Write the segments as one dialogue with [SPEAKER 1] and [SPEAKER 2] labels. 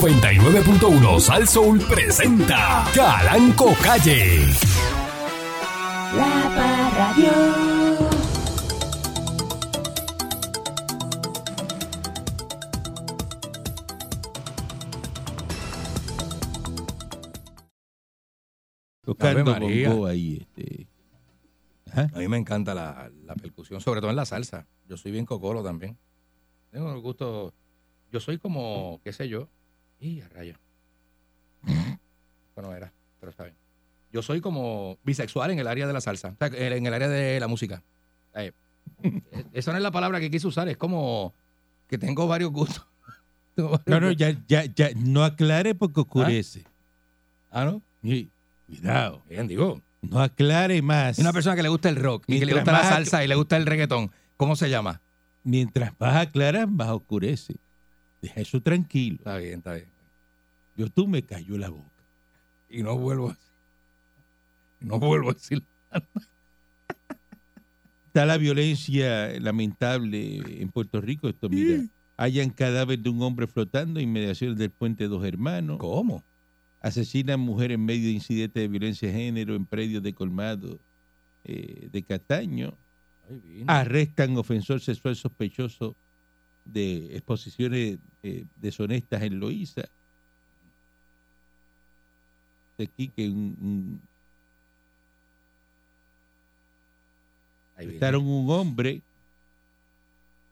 [SPEAKER 1] 99.1 Sal Soul presenta Calanco Calle.
[SPEAKER 2] La Parradio.
[SPEAKER 3] Ave
[SPEAKER 4] Tocando
[SPEAKER 3] María.
[SPEAKER 4] bongo ahí. Este. Ajá.
[SPEAKER 3] A mí me encanta la, la percusión, sobre todo en la salsa. Yo soy bien cocolo también. Tengo un gusto. Yo soy como, qué sé yo. Y a rayo. Bueno, era, pero saben. Yo soy como bisexual en el área de la salsa, o sea, en en el área de la música. Eh, esa no es la palabra que quise usar, es como que tengo varios gustos. Tengo varios
[SPEAKER 4] No, no,
[SPEAKER 3] gustos.
[SPEAKER 4] ya, ya, ya. No aclare porque oscurece.
[SPEAKER 3] Ah, no.
[SPEAKER 4] Sí, Cuidado.
[SPEAKER 3] Bien, digo.
[SPEAKER 4] No aclare más.
[SPEAKER 3] Una persona que le gusta el rock y que le
[SPEAKER 4] Mientras
[SPEAKER 3] gusta la
[SPEAKER 4] más-
[SPEAKER 3] salsa y le gusta el reggaetón, ¿cómo se llama?
[SPEAKER 4] Mientras más aclaras, más oscurece. Deja eso tranquilo.
[SPEAKER 3] Está bien, está bien.
[SPEAKER 4] Yo tú me cayó la boca.
[SPEAKER 3] y no vuelvo a, y no vuelvo a decir
[SPEAKER 4] Está la violencia lamentable en Puerto Rico. Esto, mira. Hallan cadáver de un hombre flotando en mediaciones del puente Dos Hermanos.
[SPEAKER 3] cómo
[SPEAKER 4] Asesinan mujer en medio de incidentes de violencia de género en predios de colmado eh, de Cataño. arrestan ofensor sexual sospechoso de exposiciones eh, deshonestas en Loíza. De aquí que un- un-
[SPEAKER 3] Ahí viene.
[SPEAKER 4] arrestaron un hombre,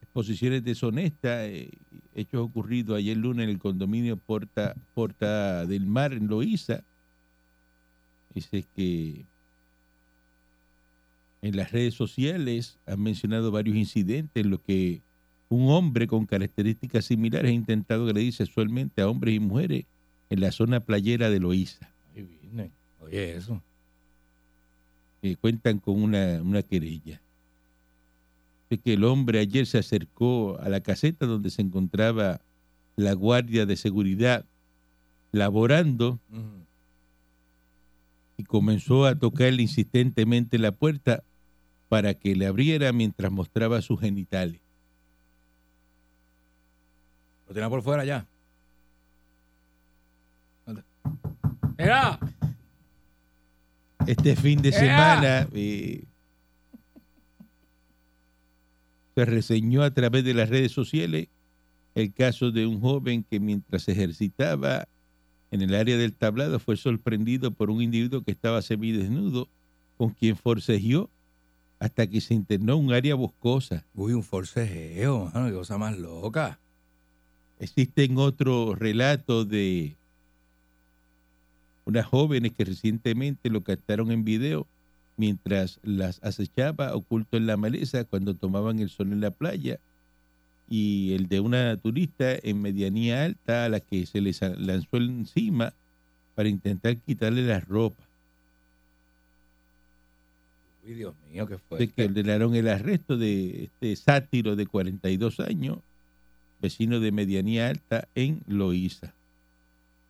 [SPEAKER 4] exposiciones deshonestas, eh, hechos ocurridos ayer lunes en el condominio Porta, Porta del Mar en Loíza. Dice que en las redes sociales han mencionado varios incidentes en los que un hombre con características similares ha intentado agredir sexualmente a hombres y mujeres en la zona playera de Loíza.
[SPEAKER 3] Ahí viene. oye eso
[SPEAKER 4] eh, cuentan con una, una querella. De que el hombre ayer se acercó a la caseta donde se encontraba la guardia de seguridad laborando y comenzó a tocar insistentemente la puerta para que le abriera mientras mostraba sus genitales.
[SPEAKER 3] lo tenía por fuera ya era
[SPEAKER 4] Este fin de
[SPEAKER 3] ¡Ea!
[SPEAKER 4] semana eh, se reseñó a través de las redes sociales el caso de un joven que mientras se ejercitaba en el área del tablado fue sorprendido por un individuo que estaba semidesnudo con quien forcejeó hasta que se internó en un área boscosa.
[SPEAKER 3] uy un forcejeo mano qué cosa más loca
[SPEAKER 4] Existen otros relatos de unas jóvenes que recientemente lo captaron en video mientras las acechaba oculto en la maleza cuando tomaban el sol en la playa y el de una turista en medianía alta a la que se les a- lanzó encima para intentar quitarle la ropa.
[SPEAKER 3] uy Dios mío qué
[SPEAKER 4] de que
[SPEAKER 3] fuerte
[SPEAKER 4] ordenaron el arresto de este sátiro de 42 años, vecino de medianía alta en Loíza,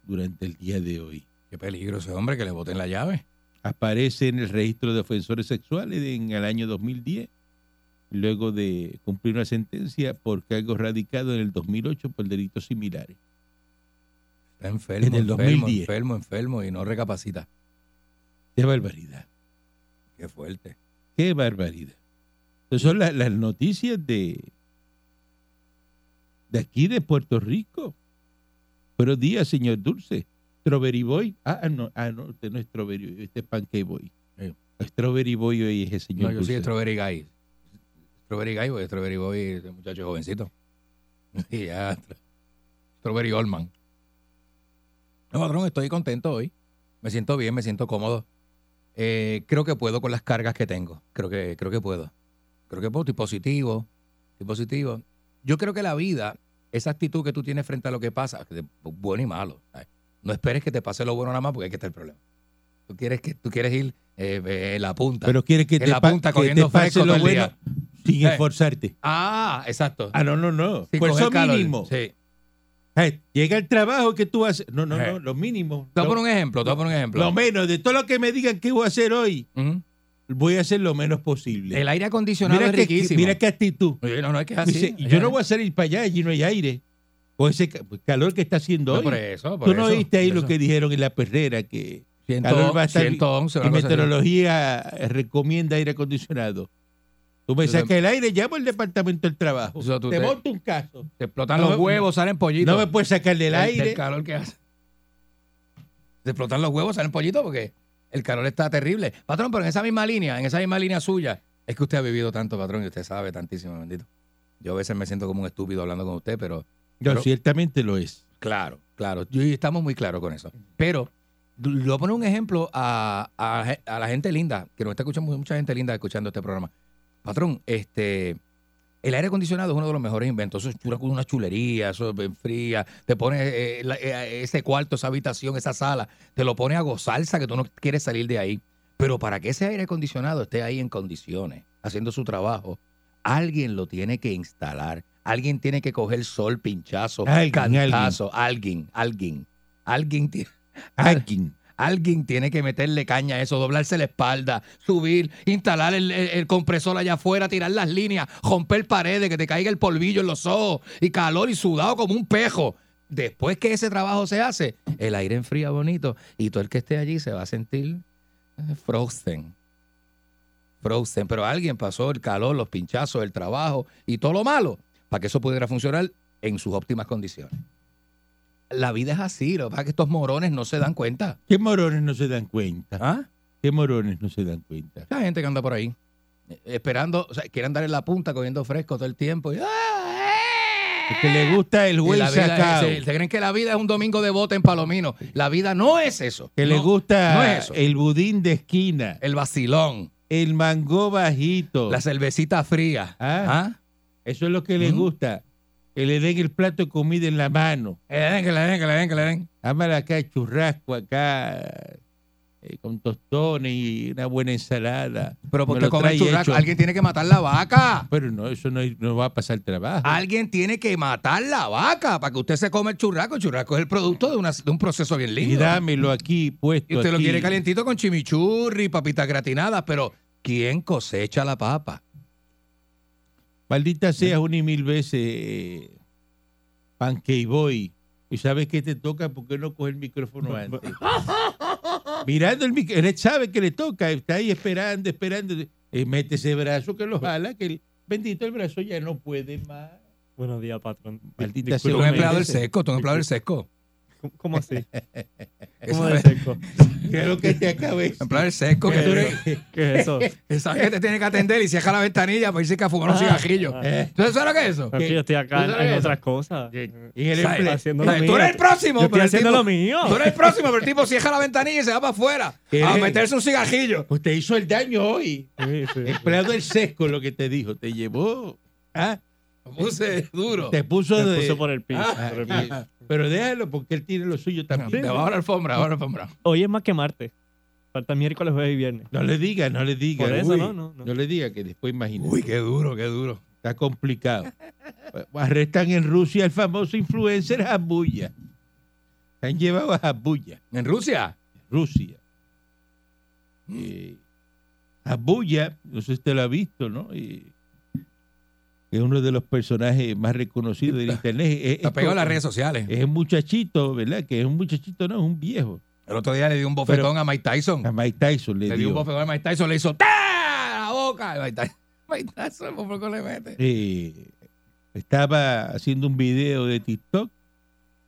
[SPEAKER 4] durante el día de hoy.
[SPEAKER 3] qué peligro ese hombre que le boten la llave
[SPEAKER 4] Aparece en el registro de ofensores sexuales en el año 2010, luego de cumplir una sentencia por cargos radicados en el 2008 por delitos similares.
[SPEAKER 3] está enfermo
[SPEAKER 4] En el
[SPEAKER 3] enfermo
[SPEAKER 4] 2010.
[SPEAKER 3] enfermo enfermo y no recapacita
[SPEAKER 4] ¡Qué barbaridad!
[SPEAKER 3] qué fuerte
[SPEAKER 4] ¡Qué barbaridad! Entonces son la- las noticias de, de aquí de Puerto Rico. Buenos días, señor Dulce. Strawberry Boy. Ah, ah, no, ah, no, usted no es Strawberry Boy, este es Pancake Boy.
[SPEAKER 3] Sí.
[SPEAKER 4] Strawberry Boy hoy es el señor
[SPEAKER 3] no yo
[SPEAKER 4] Dulce.
[SPEAKER 3] soy strawberry guy strawberry guy porque strawberry boy es un muchacho jovencito y ya strawberry old man no patrón estoy contento hoy me siento bien me siento cómodo Eh, creo que puedo con las cargas que tengo creo que creo que puedo creo que puedo estoy positivo estoy positivo yo creo que la vida esa actitud que tú tienes frente a lo que pasa que de- bueno y malo ¿sabes? no esperes que te pase lo bueno nada más porque hay que está el problema tú quieres que tú quieres ir eh, eh, la punta
[SPEAKER 4] Pero quiere que
[SPEAKER 3] En
[SPEAKER 4] te,
[SPEAKER 3] la
[SPEAKER 4] pa-
[SPEAKER 3] punta
[SPEAKER 4] que te
[SPEAKER 3] cogiendo
[SPEAKER 4] pase
[SPEAKER 3] fresco
[SPEAKER 4] lo
[SPEAKER 3] todo el
[SPEAKER 4] bueno
[SPEAKER 3] día.
[SPEAKER 4] sin
[SPEAKER 3] Eh.
[SPEAKER 4] esforzarte.
[SPEAKER 3] Ah, exacto.
[SPEAKER 4] Ah, no, no, no.
[SPEAKER 3] Sí,
[SPEAKER 4] Por
[SPEAKER 3] coger
[SPEAKER 4] eso
[SPEAKER 3] calor.
[SPEAKER 4] mínimo.
[SPEAKER 3] Sí.
[SPEAKER 4] Eh, llega el trabajo que tú haces. No, no,
[SPEAKER 3] Eh.
[SPEAKER 4] no, lo mínimo.
[SPEAKER 3] Te voy
[SPEAKER 4] Lo,
[SPEAKER 3] a poner un ejemplo, te voy a poner un ejemplo.
[SPEAKER 4] lo menos, de todo lo que me digan que voy a hacer hoy,
[SPEAKER 3] Ujú.
[SPEAKER 4] voy a hacer lo menos posible.
[SPEAKER 3] El aire acondicionado
[SPEAKER 4] Mira
[SPEAKER 3] es
[SPEAKER 4] que,
[SPEAKER 3] riquísimo. Ah,
[SPEAKER 4] mira qué actitud.
[SPEAKER 3] Oye, No, no, es que es
[SPEAKER 4] Me
[SPEAKER 3] así.
[SPEAKER 4] dice, yo no voy a salir para allá, allí no hay aire. Con ese ca- pues, calor que está haciendo
[SPEAKER 3] No,
[SPEAKER 4] hoy.
[SPEAKER 3] por eso, por
[SPEAKER 4] Tú no
[SPEAKER 3] eso,
[SPEAKER 4] viste ahí
[SPEAKER 3] por
[SPEAKER 4] lo
[SPEAKER 3] eso.
[SPEAKER 4] que dijeron en la perrera que
[SPEAKER 3] 100,
[SPEAKER 4] calor va a estar-
[SPEAKER 3] 111,
[SPEAKER 4] que
[SPEAKER 3] una cosa así.
[SPEAKER 4] meteorología eh, recomienda aire acondicionado. Tú me
[SPEAKER 3] Yo tam-
[SPEAKER 4] sacas el aire, llamo al departamento del trabajo.
[SPEAKER 3] Eso tú
[SPEAKER 4] te,
[SPEAKER 3] te-
[SPEAKER 4] monto un caso.
[SPEAKER 3] Te explotan
[SPEAKER 4] No
[SPEAKER 3] los
[SPEAKER 4] me-
[SPEAKER 3] huevos, salen pollitos.
[SPEAKER 4] No me puedes sacar del
[SPEAKER 3] Del- del
[SPEAKER 4] aire.
[SPEAKER 3] calor que hace. Te explotan los huevos, salen pollitos porque el calor está terrible. Patrón, pero en esa misma línea, en esa misma línea suya, es que usted ha vivido tanto, patrón, y usted sabe tantísimo, bendito. Yo a veces me siento como un estúpido hablando con usted, pero
[SPEAKER 4] No,
[SPEAKER 3] Pero-
[SPEAKER 4] ciertamente lo es.
[SPEAKER 3] Claro, claro. Yo- y estamos muy claros con eso. Pero le voy a poner un ejemplo a, a ge- a la gente linda, que nos está escuchando mucha gente linda escuchando este programa. Patrón, este, el aire acondicionado es uno de los mejores inventos. Eso es pura- una chulería, eso es bien fría. Te pones eh, la- eh, ese cuarto, esa habitación, esa sala, te lo pones a gozarse que tú no quieres salir de ahí. Pero para que ese aire acondicionado esté ahí en condiciones, haciendo su trabajo, alguien lo tiene que instalar. Alguien tiene que coger sol, pinchazo,
[SPEAKER 4] Alguien,
[SPEAKER 3] cantazo, alguien, alguien. Alguien, ti- Ah.
[SPEAKER 4] Hacking.
[SPEAKER 3] alguien tiene que meterle caña a eso, doblarse la espalda, subir, instalar el, el- el compresor allá afuera, tirar las líneas, romper paredes, que te caiga el polvillo en los ojos y calor y sudado como un pejo. Después que ese trabajo se hace, el aire enfría bonito y todo el que esté allí se va a sentir eh, frozen. Frozen, pero alguien pasó el calor, los pinchazos, el trabajo y todo lo malo para que eso pudiera funcionar en sus óptimas condiciones. La vida es así, lo que pasa es que estos morones no se dan cuenta.
[SPEAKER 4] ¿Qué morones no se dan cuenta?
[SPEAKER 3] ¿Ah?
[SPEAKER 4] ¿Qué morones no se dan cuenta?
[SPEAKER 3] La gente que anda por ahí eh, esperando, o sea, quieren darle la punta cogiendo fresco todo el tiempo. Y, ¡ah!
[SPEAKER 4] Que le gusta el
[SPEAKER 3] Y
[SPEAKER 4] güey
[SPEAKER 3] la vida
[SPEAKER 4] sacado.
[SPEAKER 3] es- se, se creen que la vida es un domingo de bote en Palomino. La vida no es eso.
[SPEAKER 4] Que le
[SPEAKER 3] No,
[SPEAKER 4] gusta
[SPEAKER 3] no es eso.
[SPEAKER 4] el budín de esquina,
[SPEAKER 3] el vacilón,
[SPEAKER 4] el mango bajito.
[SPEAKER 3] la cervecita fría.
[SPEAKER 4] Ah.
[SPEAKER 3] ¿Ah?
[SPEAKER 4] Eso es lo que le
[SPEAKER 3] Ujú.
[SPEAKER 4] gusta. Que le den el plato de comida en la mano.
[SPEAKER 3] Que le den, que le den, que le den, que le den.
[SPEAKER 4] Ámala acá, churrasco acá, eh, con tostones y una buena ensalada.
[SPEAKER 3] Pero
[SPEAKER 4] Me
[SPEAKER 3] porque
[SPEAKER 4] lo
[SPEAKER 3] comer
[SPEAKER 4] trae
[SPEAKER 3] churrasco,
[SPEAKER 4] hecho.
[SPEAKER 3] alguien tiene que matar la vaca.
[SPEAKER 4] Pero no, eso no, no va a pasar trabajo.
[SPEAKER 3] Alguien tiene que matar la vaca para que usted se come el churrasco. El churrasco es el producto de, una- de un proceso bien
[SPEAKER 4] y
[SPEAKER 3] lindo.
[SPEAKER 4] dámelo aquí puesto.
[SPEAKER 3] Y usted lo
[SPEAKER 4] aquí.
[SPEAKER 3] quiere calientito con chimichurri, papitas gratinadas, pero ¿quién cosecha la papa?
[SPEAKER 4] Maldita seas una y mil veces, eh, Pancake Boy. ¿Y sabes qué te toca? ¿Por qué no coge el micrófono antes? Mirando el micrófono, él sabe que le toca, está ahí esperando, esperando. Eh, mete ese brazo que lo jala, que el, bendito el brazo ya no puede más.
[SPEAKER 5] Buenos días, patrón. Di-
[SPEAKER 4] Maldita sea,
[SPEAKER 3] Tú un
[SPEAKER 5] discúlpeme.
[SPEAKER 3] empleado del sesco, tú un empleado del sesco.
[SPEAKER 5] ¿Cómo- ¿Cómo así?
[SPEAKER 3] Esa,
[SPEAKER 5] ¿Cómo de seco?
[SPEAKER 4] Mira lo que te acabé.
[SPEAKER 3] empleado del sesco que tú eres-
[SPEAKER 5] ¿Qué es eso?
[SPEAKER 3] esa gente tiene que atender y cierra la ventanilla para irse que a
[SPEAKER 5] Ah.
[SPEAKER 3] fumar un cigarrillo.
[SPEAKER 4] Eh,
[SPEAKER 3] ¿Tú sabes lo que es eso?
[SPEAKER 5] No, es que yo estoy acá en, en otras cosas.
[SPEAKER 4] y el
[SPEAKER 3] ¿Sabes?
[SPEAKER 4] emple-
[SPEAKER 5] haciendo lo
[SPEAKER 3] ¿Sabes? Tú
[SPEAKER 5] mío.
[SPEAKER 3] eres el próximo,
[SPEAKER 5] Yo estoy
[SPEAKER 3] pero el
[SPEAKER 5] haciendo
[SPEAKER 3] tipo-
[SPEAKER 5] lo mío.
[SPEAKER 3] Tú eres el próximo, pero el tipo cierra la ventanilla y se va para afuera
[SPEAKER 4] ¿Qué
[SPEAKER 3] a
[SPEAKER 4] eres?
[SPEAKER 3] meterse un cigarrillo.
[SPEAKER 4] Usted hizo el daño hoy.
[SPEAKER 5] Sí, sí.
[SPEAKER 4] Empleado del sesco lo que te dijo. Te llevó. ah,
[SPEAKER 3] Lo Puse duro.
[SPEAKER 4] Te puso
[SPEAKER 5] Me
[SPEAKER 4] de.
[SPEAKER 5] puse por el piso.
[SPEAKER 4] Ah,
[SPEAKER 5] por el piso.
[SPEAKER 4] ah, pero déjalo porque él tiene lo suyo
[SPEAKER 3] Te
[SPEAKER 4] también.
[SPEAKER 3] va a la alfombra, ahora alfombra.
[SPEAKER 5] Hoy es más que martes. Falta miércoles, jueves y viernes.
[SPEAKER 4] No le diga, no le diga.
[SPEAKER 5] Por eso,
[SPEAKER 4] Uy,
[SPEAKER 5] no, no, no.
[SPEAKER 4] le diga que después imagina.
[SPEAKER 3] Uy, qué duro, qué duro.
[SPEAKER 4] Está complicado. Arrestan en Rusia al famoso influencer Jabuya. Se han llevado a Jabuya,
[SPEAKER 3] ¿En Rusia?
[SPEAKER 4] Rusia.
[SPEAKER 3] Mm.
[SPEAKER 4] Eh, Jabuya, no sé si usted lo ha visto, ¿no? Eh, es uno de los personajes más reconocidos del internet. Es-
[SPEAKER 3] Está
[SPEAKER 4] es
[SPEAKER 3] pegado a las
[SPEAKER 4] como-
[SPEAKER 3] redes sociales.
[SPEAKER 4] Es un muchachito, ¿verdad? Que es un muchachito, no, es un viejo.
[SPEAKER 3] El otro día le dio un bofetón a Mike Tyson.
[SPEAKER 4] A Mike Tyson le,
[SPEAKER 3] Mm. Le dio
[SPEAKER 4] dio.
[SPEAKER 3] un bofetón a Mike Tyson, le hizo ¡Ta! la boca. Y Mike Tyson, Mike Tyson, por poco le mete.
[SPEAKER 4] eh, estaba haciendo un video de TikTok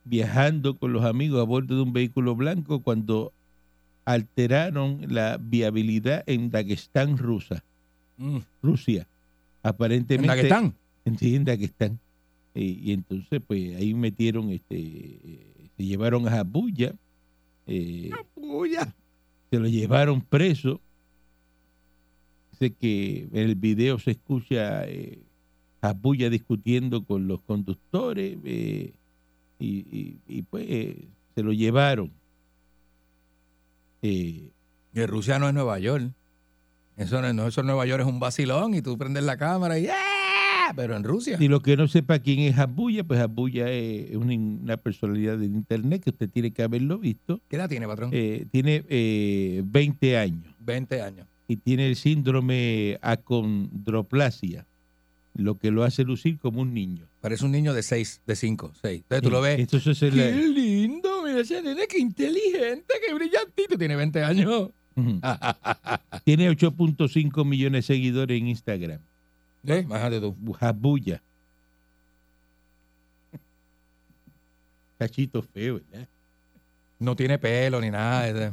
[SPEAKER 4] viajando con los amigos a bordo de un vehículo blanco cuando alteraron la viabilidad en Dagestán rusa,
[SPEAKER 3] Mm.
[SPEAKER 4] Rusia.
[SPEAKER 3] ¿En
[SPEAKER 4] Aparentemente
[SPEAKER 3] Daguestán?
[SPEAKER 4] entienda que están. Eh, y entonces, pues ahí metieron, este, eh, se llevaron a Jabuya, eh,
[SPEAKER 3] Uya.
[SPEAKER 4] se lo llevaron preso. Dice que en el video se escucha eh, Jabuya discutiendo con los conductores eh, y, y- y, pues eh, se lo llevaron. Eh,
[SPEAKER 3] Que Rusia no es Nueva York. Eso no, no, eso en Nueva York es un vacilón y tú prendes la cámara y ¡ah! Pero en Rusia.
[SPEAKER 4] Y lo que no sepa quién es Jabuya, pues Jabuya es una, una personalidad del internet que usted tiene que haberlo visto.
[SPEAKER 3] ¿Qué edad tiene, patrón?
[SPEAKER 4] Eh, tiene eh, 20 años
[SPEAKER 3] 20 años.
[SPEAKER 4] y tiene el síndrome acondroplasia. lo que lo hace lucir como un niño.
[SPEAKER 3] Parece un niño de 6, de 5, 6. Entonces tú lo ves.
[SPEAKER 4] Entonces es
[SPEAKER 3] ¡Qué
[SPEAKER 4] la-
[SPEAKER 3] lindo! Mira ese nene, qué inteligente, qué brillantito. Tiene 20 años.
[SPEAKER 4] Ujú. Tiene 8.5 millones de seguidores en Instagram.
[SPEAKER 3] ¿Eh? Imagínate tú.
[SPEAKER 4] Jabuya. Cachito feo, ¿verdad?
[SPEAKER 3] No tiene pelo ni nada. ese.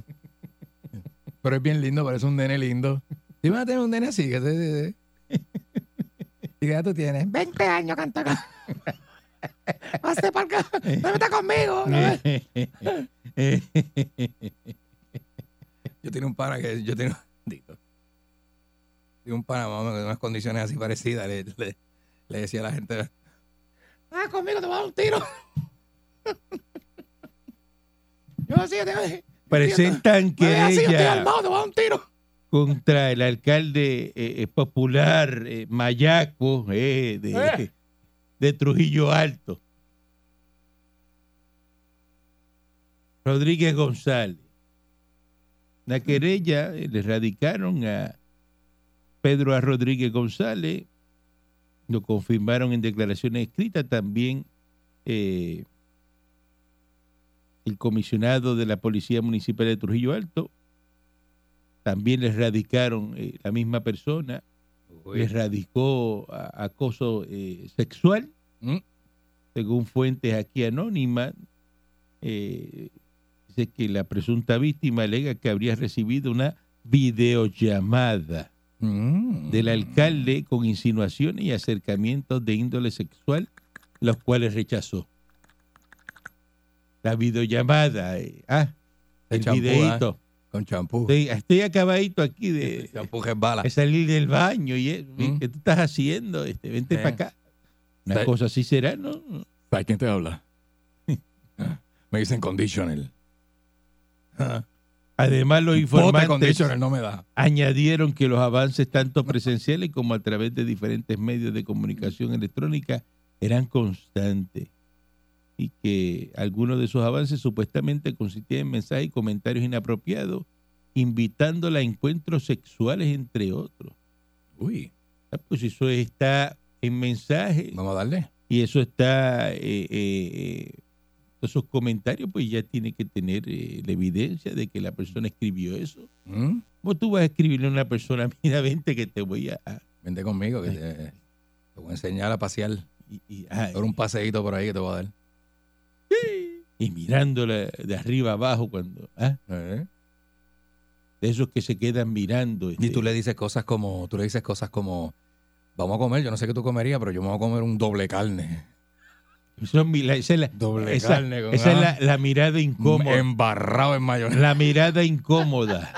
[SPEAKER 3] Pero es bien lindo, parece un nene lindo. ¿Te vas a tener un nene así? que se- se- se- ¿Y qué edad tú tienes? 20 años, canta acá. Hazte para acá. No metas conmigo. no me- Yo tenía un pana que yo tenía, digo, tenía un pana más o menos en unas condiciones así parecidas. Le, le- le decía a la gente, ah, conmigo te va a dar un tiro. yo sí, yo te
[SPEAKER 4] Presentan querella
[SPEAKER 3] te va a dar un tiro.
[SPEAKER 4] contra el alcalde eh, eh, popular eh, Mayaco eh, de,
[SPEAKER 3] Eh.
[SPEAKER 4] de Trujillo Alto. Rodríguez González. La
[SPEAKER 3] Mm.
[SPEAKER 4] querella eh, le radicaron a Pedro A. Rodríguez González. Lo confirmaron en declaraciones escritas también eh, el comisionado de la Policía Municipal de Trujillo Alto. También les radicaron eh, la misma persona les radicó a- acoso eh, sexual,
[SPEAKER 3] Mm.
[SPEAKER 4] según fuentes aquí anónimas. eh, dice que la presunta víctima alega que habría recibido una videollamada
[SPEAKER 3] Mm.
[SPEAKER 4] del alcalde con insinuaciones y acercamientos de índole sexual, los cuales rechazó. La videollamada, eh, ah,
[SPEAKER 3] De
[SPEAKER 4] el
[SPEAKER 3] champú, ah.
[SPEAKER 4] videíto.
[SPEAKER 3] Con champú.
[SPEAKER 4] Estoy, estoy acabadito aquí de,
[SPEAKER 3] Champú que es bala.
[SPEAKER 4] que salir del baño y eso.
[SPEAKER 3] Mm.
[SPEAKER 4] ¿Qué tú estás haciendo? Este, vente
[SPEAKER 3] Sí.
[SPEAKER 4] para acá. Una
[SPEAKER 3] Sí.
[SPEAKER 4] cosa así será, ¿no?
[SPEAKER 3] ¿Sabes quién te habla? me dicen conditional. Ah,
[SPEAKER 4] Además, los
[SPEAKER 3] Bote
[SPEAKER 4] informantes
[SPEAKER 3] conditional no me da.
[SPEAKER 4] añadieron que los avances tanto presenciales como a través de diferentes medios de comunicación electrónica eran constantes y que algunos de esos avances supuestamente consistían en mensajes y comentarios inapropiados, invitándola a encuentros sexuales, entre otros.
[SPEAKER 3] Uy,
[SPEAKER 4] Ah, Pues eso está en mensajes.
[SPEAKER 3] vamos a darle.
[SPEAKER 4] y eso está eh, eh, eh, esos comentarios pues ya tiene que tener eh, la evidencia de que la persona escribió eso
[SPEAKER 3] Mm,
[SPEAKER 4] ¿Cómo tú vas a escribirle a una persona mira vente que te voy a a-
[SPEAKER 3] Vente conmigo que te, te voy a enseñar a pasear.
[SPEAKER 4] y, y- ah, ay,
[SPEAKER 3] Por un paseíto por ahí que te voy a dar.
[SPEAKER 4] y mirándola de arriba abajo cuando ah,
[SPEAKER 3] Eh.
[SPEAKER 4] de esos que se quedan mirando
[SPEAKER 3] Y
[SPEAKER 4] este,
[SPEAKER 3] tú le dices cosas como, tú le dices cosas como, vamos a comer, yo no sé qué tú comerías, pero yo me voy a comer un doble carne.
[SPEAKER 4] son mil- esa es la,
[SPEAKER 3] Doble
[SPEAKER 4] esa-
[SPEAKER 3] carne con-
[SPEAKER 4] esa es
[SPEAKER 3] ah, Mm, em.
[SPEAKER 4] la, la mirada incómoda
[SPEAKER 3] embarrado en mayonesa.
[SPEAKER 4] La mirada incómoda.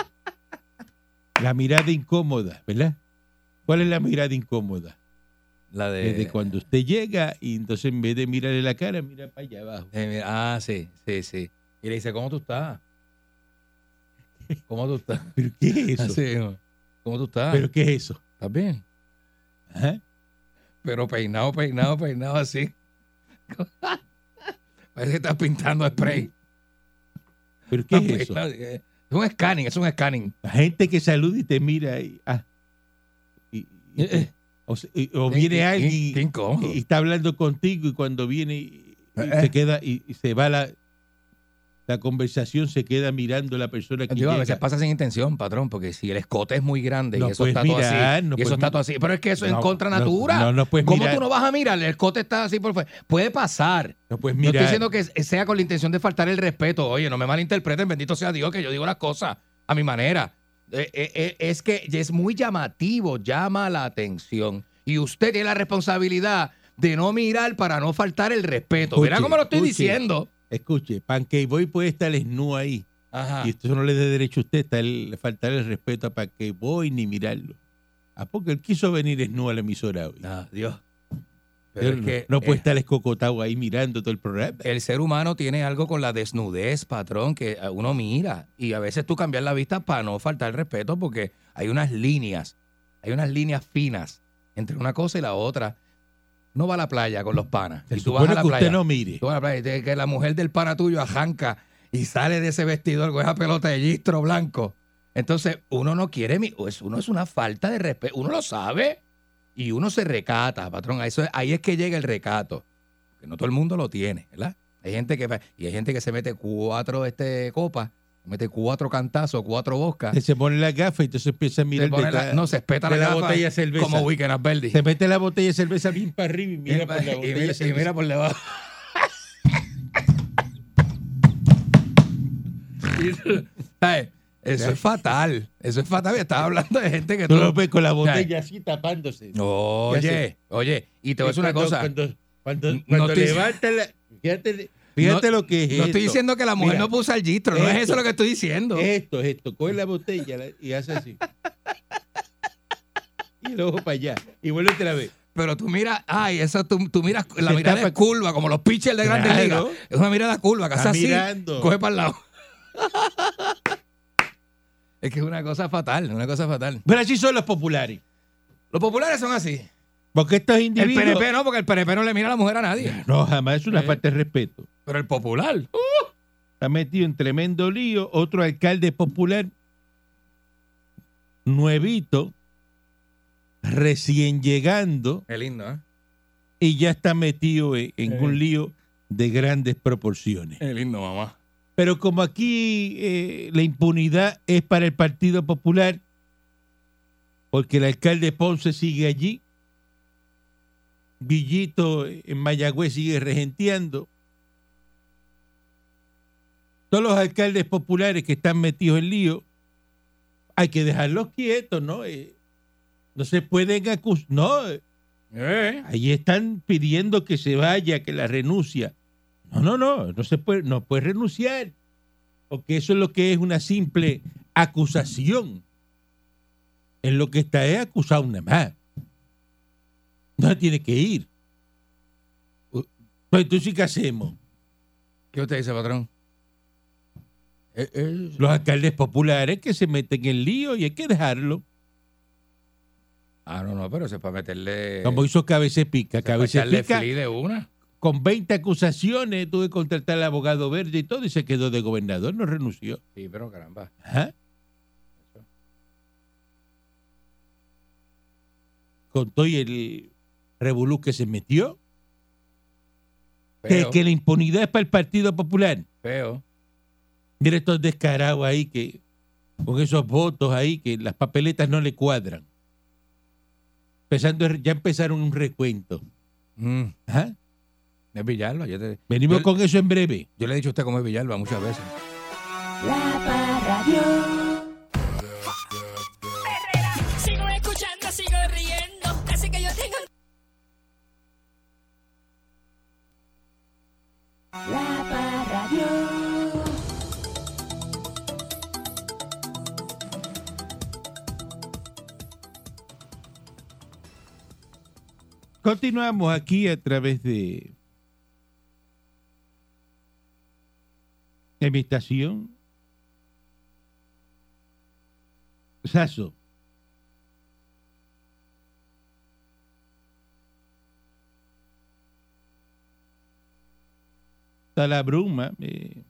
[SPEAKER 4] La mirada incómoda, ¿verdad? ¿Cuál es la mirada incómoda?
[SPEAKER 3] La de...
[SPEAKER 4] Desde cuando usted llega y entonces en vez de mirarle la cara, mira para allá abajo.
[SPEAKER 3] Eh, mira, ah, sí, sí, sí. Y le dice, ¿cómo tú estás? ¿Cómo tú estás?
[SPEAKER 4] ¿Pero qué es eso?
[SPEAKER 3] Así mismo. ¿Cómo tú estás?
[SPEAKER 4] ¿Pero qué es eso? ¿Ah?
[SPEAKER 3] ¿Estás bien?
[SPEAKER 4] Ajá.
[SPEAKER 3] Pero peinado, peinado, peinado así. Parece que estás pintando spray.
[SPEAKER 4] ¿Pero qué
[SPEAKER 3] Estás
[SPEAKER 4] es eso?
[SPEAKER 3] peinado, eh, Es un scanning, es un scanning.
[SPEAKER 4] La gente que saluda y te mira y, ah, y- y-
[SPEAKER 3] Eh, eh.
[SPEAKER 4] o, se- y- o
[SPEAKER 3] Qué-
[SPEAKER 4] viene
[SPEAKER 3] qué-
[SPEAKER 4] alguien
[SPEAKER 3] Qué
[SPEAKER 4] y,
[SPEAKER 3] incómodo.
[SPEAKER 4] y está hablando contigo y cuando viene y, y
[SPEAKER 3] Eh, eh.
[SPEAKER 4] se queda y, y se va la, la conversación se queda mirando a la persona que
[SPEAKER 3] Digo, a
[SPEAKER 4] llega.
[SPEAKER 3] veces pasa sin intención, patrón, porque si el escote es muy grande
[SPEAKER 4] No
[SPEAKER 3] y eso
[SPEAKER 4] puedes
[SPEAKER 3] está todo
[SPEAKER 4] mirar,
[SPEAKER 3] así,
[SPEAKER 4] no
[SPEAKER 3] y eso
[SPEAKER 4] puedes
[SPEAKER 3] está todo
[SPEAKER 4] mirar.
[SPEAKER 3] así, pero es que eso es en
[SPEAKER 4] No,
[SPEAKER 3] contra
[SPEAKER 4] no,
[SPEAKER 3] natura.
[SPEAKER 4] No, pues no puedes
[SPEAKER 3] ¿Cómo
[SPEAKER 4] mirar.
[SPEAKER 3] tú no vas a mirar? El escote está así por fuera. Puede pasar.
[SPEAKER 4] No pues puedes
[SPEAKER 3] No
[SPEAKER 4] mirar.
[SPEAKER 3] estoy diciendo que sea con la intención de faltar el respeto. Oye, no me malinterpreten, bendito sea Dios, que yo digo las cosas a mi manera. Eh, eh, eh, es que es muy llamativo, llama la atención. Y usted tiene la responsabilidad de no mirar para no faltar el respeto. Mira
[SPEAKER 4] Escuche,
[SPEAKER 3] cómo lo estoy
[SPEAKER 4] escuche.
[SPEAKER 3] diciendo.
[SPEAKER 4] Escuche, Pancake Boy puede estar esnú ahí.
[SPEAKER 3] Ajá.
[SPEAKER 4] Y esto no le dé derecho a usted está el, faltar el respeto a Pancake Boy ni mirarlo. Ah, porque él quiso venir esnú a la emisora hoy.
[SPEAKER 3] Ah, Dios. Pero
[SPEAKER 4] Él
[SPEAKER 3] es
[SPEAKER 4] no,
[SPEAKER 3] que,
[SPEAKER 4] no pues, puede
[SPEAKER 3] eh,
[SPEAKER 4] estar escocotado ahí mirando todo el programa.
[SPEAKER 3] el ser humano tiene algo con la desnudez, patrón, que eh, uno mira. Y a veces tú cambias la vista para no faltar el respeto porque hay unas líneas, hay unas líneas finas entre una cosa y la otra. No va a la playa con los panas.
[SPEAKER 4] Se
[SPEAKER 3] y tú vas a
[SPEAKER 4] supone
[SPEAKER 3] la
[SPEAKER 4] que
[SPEAKER 3] playa.
[SPEAKER 4] usted no mire.
[SPEAKER 3] Tú vas a la playa y te- que la mujer del pana tuyo arranca y sale de ese vestidor con esa pelota de listro blanco. Entonces, uno no quiere, mi- pues, uno es una falta de respeto, uno lo sabe. Y uno se recata, patrón. a Eso, ahí es que llega el recato. Que no todo el mundo lo tiene, ¿verdad? Hay gente que, va- y hay gente que se mete cuatro este, copas, mete cuatro cantazos, cuatro boscas.
[SPEAKER 4] Que se pone la gafa y entonces empieza a
[SPEAKER 3] se
[SPEAKER 4] mirar
[SPEAKER 3] pone la-
[SPEAKER 4] detrás.
[SPEAKER 3] no, se espeta la,
[SPEAKER 4] de la
[SPEAKER 3] gafa
[SPEAKER 4] botella de cerveza.
[SPEAKER 3] Como Weekend at Bernie's.
[SPEAKER 4] Se mete la botella de cerveza bien para arriba y mira
[SPEAKER 3] Y
[SPEAKER 4] por la
[SPEAKER 3] mira-
[SPEAKER 4] botella
[SPEAKER 3] y
[SPEAKER 4] de
[SPEAKER 3] mira,
[SPEAKER 4] cerveza.
[SPEAKER 3] por debajo. Y- ¿sabes? Eso es fatal. Eso es fatal. Estás hablando de gente que
[SPEAKER 4] Tú
[SPEAKER 3] tú.
[SPEAKER 4] lo ves con la
[SPEAKER 3] sea,
[SPEAKER 4] botella así tapándose. Ya
[SPEAKER 3] Oye,
[SPEAKER 4] sé.
[SPEAKER 3] oye, y te voy a decir una
[SPEAKER 4] Cuando-
[SPEAKER 3] cosa.
[SPEAKER 4] Cuando, cuando,
[SPEAKER 3] No
[SPEAKER 4] cuando
[SPEAKER 3] estoy-
[SPEAKER 4] levanta la. Fíjate, fíjate lo que es.
[SPEAKER 3] no estoy
[SPEAKER 4] esto.
[SPEAKER 3] diciendo que la mujer
[SPEAKER 4] Mira, Eh.
[SPEAKER 3] no puso el gistro, no es
[SPEAKER 4] esto-
[SPEAKER 3] eso lo que estoy diciendo.
[SPEAKER 4] Esto es esto. Coge la botella la- y hace así. y el ojo para allá. Y vuelve otra vez.
[SPEAKER 3] Pero tú miras, ay, eso tú, tú miras, la
[SPEAKER 4] Se
[SPEAKER 3] mirada
[SPEAKER 4] tapa-
[SPEAKER 3] es curva, como los pitchers de grandes
[SPEAKER 4] Claro.
[SPEAKER 3] ligas. Es una mirada curva, que hace
[SPEAKER 4] Está
[SPEAKER 3] así,
[SPEAKER 4] mirando.
[SPEAKER 3] coge para el lado. es que es una cosa fatal, una cosa fatal.
[SPEAKER 4] Pero así son los populares.
[SPEAKER 3] Los populares son así.
[SPEAKER 4] Porque estos
[SPEAKER 3] El
[SPEAKER 4] individuos.
[SPEAKER 3] PNP no, porque el PNP no le mira a la mujer a nadie.
[SPEAKER 4] No, jamás es una
[SPEAKER 3] Eh.
[SPEAKER 4] falta de respeto.
[SPEAKER 3] Pero el popular. uh,
[SPEAKER 4] Está metido en tremendo lío. Otro alcalde popular, nuevito, recién llegando,
[SPEAKER 3] Qué lindo, ¿eh?
[SPEAKER 4] y ya está metido en, en
[SPEAKER 5] Eh.
[SPEAKER 4] un lío de grandes proporciones.
[SPEAKER 3] Qué lindo, mamá.
[SPEAKER 4] Pero como aquí eh, la impunidad es para el Partido Popular, porque el alcalde Ponce sigue allí, Villito en Mayagüez sigue regenteando, todos los alcaldes populares que están metidos en lío, hay que dejarlos quietos, ¿no? Eh, no se pueden acusar, no, eh,
[SPEAKER 3] Eh,
[SPEAKER 4] Ahí están pidiendo que se vaya, que la renuncia. No, no, no, no se puede, no puede renunciar. Porque eso es lo que es una simple acusación. En lo que está es acusado nada más. No tiene que ir. U- pues, Entonces, ¿qué hacemos?
[SPEAKER 3] ¿Qué usted dice, patrón? Eh, eh,
[SPEAKER 4] Los alcaldes populares que se meten en lío y hay que dejarlo.
[SPEAKER 3] Ah, no, no, pero eso es para meterle.
[SPEAKER 4] Como hizo Cabece Pica.
[SPEAKER 3] para
[SPEAKER 4] Cabece
[SPEAKER 3] echarle
[SPEAKER 4] Pica,
[SPEAKER 3] fli de una.
[SPEAKER 4] con 20 acusaciones, tuve que contratar al abogado verde y todo, y se quedó de gobernador, no renunció.
[SPEAKER 3] Sí, pero caramba.
[SPEAKER 4] Ajá. Con todo y el revolú que se metió,
[SPEAKER 3] Feo,
[SPEAKER 4] que, que la impunidad es para el Partido Popular.
[SPEAKER 3] feo.
[SPEAKER 4] Mira estos descarados ahí que con esos votos ahí que las papeletas no le cuadran. Empezando, ya empezaron un recuento.
[SPEAKER 3] Mm,
[SPEAKER 4] Ajá.
[SPEAKER 3] es Villalba. Yo, te-
[SPEAKER 4] Venimos
[SPEAKER 3] Yo-
[SPEAKER 4] con eso en breve.
[SPEAKER 3] yo le he dicho a usted cómo es Villalba muchas veces.
[SPEAKER 2] La Parra Dios.
[SPEAKER 6] Sigo escuchando, sigo riendo. Así que yo tengo
[SPEAKER 2] La Parra Dios.
[SPEAKER 4] Continuamos aquí a través de, de mi estación. Saso. Está la bruma eh,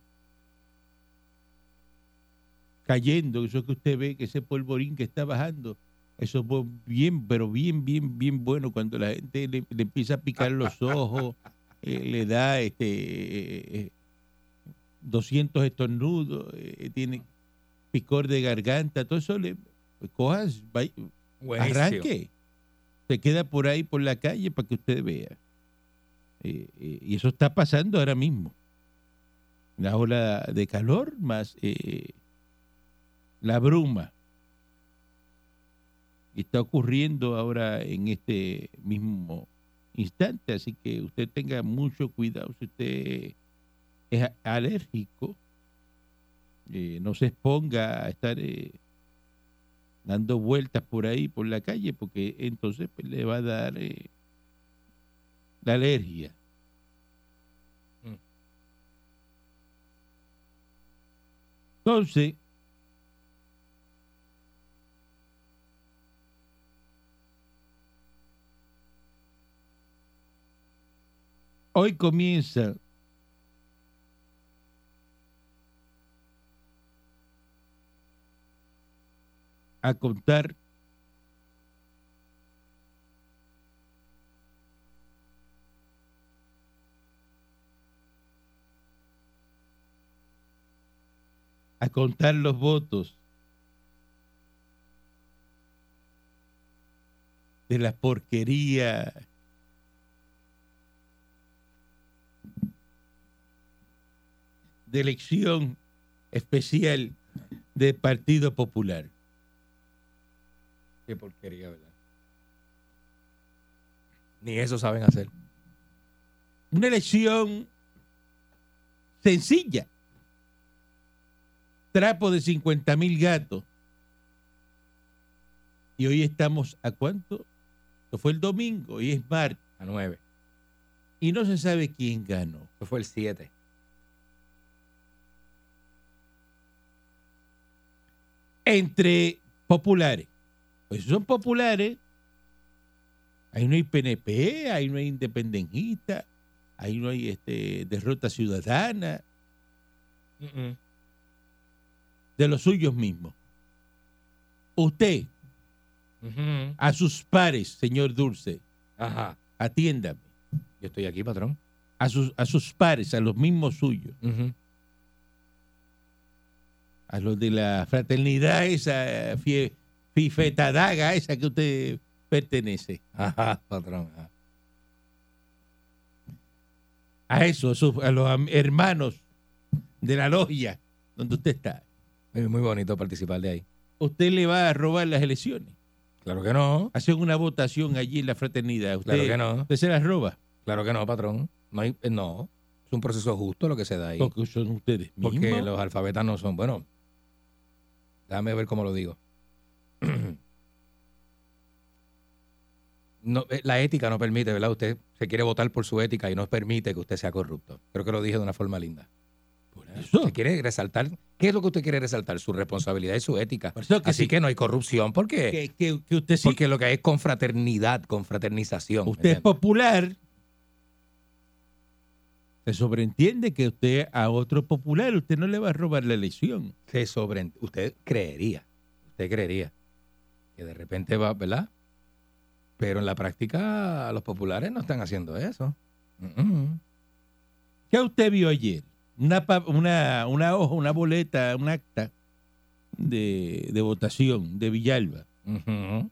[SPEAKER 4] cayendo, eso que usted ve, que ese polvorín que está bajando. Eso es bu- bien, pero bien, bien, bien bueno cuando la gente le, le empieza a picar los ojos, eh, le da este eh, eh, 200 estornudos, eh, tiene picor de garganta, todo eso le pues, cojas, vay-
[SPEAKER 3] Buenísimo.
[SPEAKER 4] arranque. Se queda por ahí, por la calle, para que usted vea. Eh, eh, y eso está pasando ahora mismo. La ola de calor más eh, la bruma. Y Está ocurriendo ahora en este mismo instante, así que usted tenga mucho cuidado si usted es a- alérgico. eh, no se exponga a estar eh, dando vueltas por ahí, por la calle, porque entonces pues, le va a dar eh, la alergia.
[SPEAKER 3] Mm.
[SPEAKER 4] Entonces, hoy comienza a contar a contar los votos de la porquería. de elección especial del Partido Popular.
[SPEAKER 3] Qué porquería, ¿verdad? Ni eso saben hacer.
[SPEAKER 4] Una elección sencilla. Trapo de 50 mil gatos. Y hoy estamos a cuánto? Esto fue el domingo, y es martes.
[SPEAKER 3] A nueve.
[SPEAKER 4] Y no se sabe quién ganó.
[SPEAKER 3] Eso fue el siete.
[SPEAKER 4] Entre populares. Pues son populares. Ahí no hay PNP, ahí no hay independentista, ahí no hay este, derrota ciudadana.
[SPEAKER 3] Mm,
[SPEAKER 4] de los suyos mismos. Usted,
[SPEAKER 3] mm. Ujú.
[SPEAKER 4] a sus pares, señor Dulce,
[SPEAKER 3] Ajá.
[SPEAKER 4] atiéndame,
[SPEAKER 3] Yo estoy aquí, patrón.
[SPEAKER 4] a sus, a sus pares, a los mismos suyos,
[SPEAKER 3] Ujú.
[SPEAKER 4] a los de la fraternidad esa, eh, fie- fifetadaga esa que usted pertenece,
[SPEAKER 3] Ajá, patrón. ajá.
[SPEAKER 4] a esos, a, sus- a los am- hermanos de la logia donde usted está.
[SPEAKER 3] Es muy bonito participar de ahí.
[SPEAKER 4] Usted le va a robar las elecciones.
[SPEAKER 3] Claro que no.
[SPEAKER 4] Hacen una votación allí en la fraternidad. Usted,
[SPEAKER 3] Claro que no.
[SPEAKER 4] usted se las roba.
[SPEAKER 3] Claro que no, patrón. No, hay- eh, no. Es un proceso justo lo que se da ahí.
[SPEAKER 4] Porque son ustedes mismos.
[SPEAKER 3] Porque los alfabetas no son. Bueno, déjame ver cómo lo digo. No, eh, la ética no permite, ¿verdad? Usted se quiere votar por su ética y no permite que usted sea corrupto. Creo que lo dije de una forma linda.
[SPEAKER 4] Por eso.
[SPEAKER 3] Usted quiere resaltar. ¿Qué es lo que usted quiere resaltar? Su responsabilidad y su ética.
[SPEAKER 4] Por eso que
[SPEAKER 3] Así
[SPEAKER 4] sí.
[SPEAKER 3] que no hay corrupción porque,
[SPEAKER 4] Que, que- que usted sí
[SPEAKER 3] porque lo que hay es confraternidad, confraternización.
[SPEAKER 4] Usted es
[SPEAKER 3] ¿entiendes?
[SPEAKER 4] popular. Se sobreentiende que usted a otro popular, usted no le va a robar la elección.
[SPEAKER 3] se sobreent- usted creería, usted creería que de repente va, ¿verdad? Pero en la práctica los populares no están haciendo eso. Mm-mm.
[SPEAKER 4] ¿Qué usted vio ayer? Una, pa- una, una hoja, una boleta, un acta de, de votación de Villalba.
[SPEAKER 3] Ujú.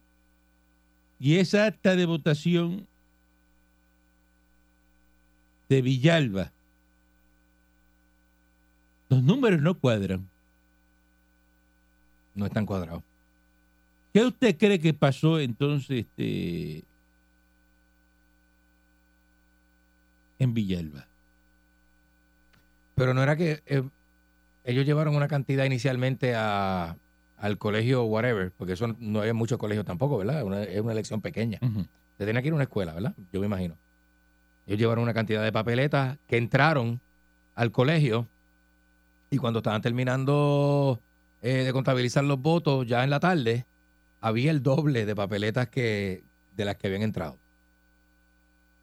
[SPEAKER 4] Y esa acta de votación de Villalba, los números no cuadran.
[SPEAKER 3] No están cuadrados.
[SPEAKER 4] ¿Qué usted cree que pasó entonces este, en Villalba?
[SPEAKER 3] Pero no era que eh, ellos llevaron una cantidad inicialmente a- al colegio whatever, porque eso no había muchos colegios tampoco, ¿verdad? Una- es una elección pequeña. Se tenía que ir a una escuela, ¿verdad? Yo me imagino. Ellos llevaron una cantidad de papeletas que entraron al colegio y cuando estaban terminando eh, de contabilizar los votos, ya en la tarde, había el doble de papeletas que, de las que habían entrado.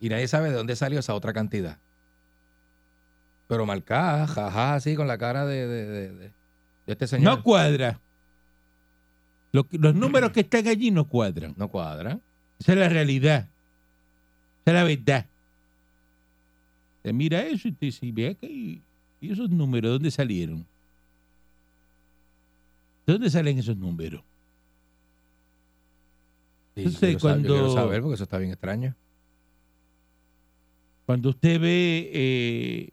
[SPEAKER 3] Y nadie sabe de dónde salió esa otra cantidad. Pero marcada, jaja, así con la cara de, de- de- de- de este señor.
[SPEAKER 4] No cuadra. Lo que- los números que están allí no cuadran.
[SPEAKER 3] no cuadra.
[SPEAKER 4] Esa es la realidad. Esa es la verdad. Te mira eso y te dice, ve acá, ¿y y esos números dónde salieron? ¿De dónde salen esos números?
[SPEAKER 3] Sí,
[SPEAKER 4] Entonces,
[SPEAKER 3] yo quiero sab- yo quiero
[SPEAKER 4] cuando-
[SPEAKER 3] saber porque eso está bien extraño.
[SPEAKER 4] cuando usted ve eh,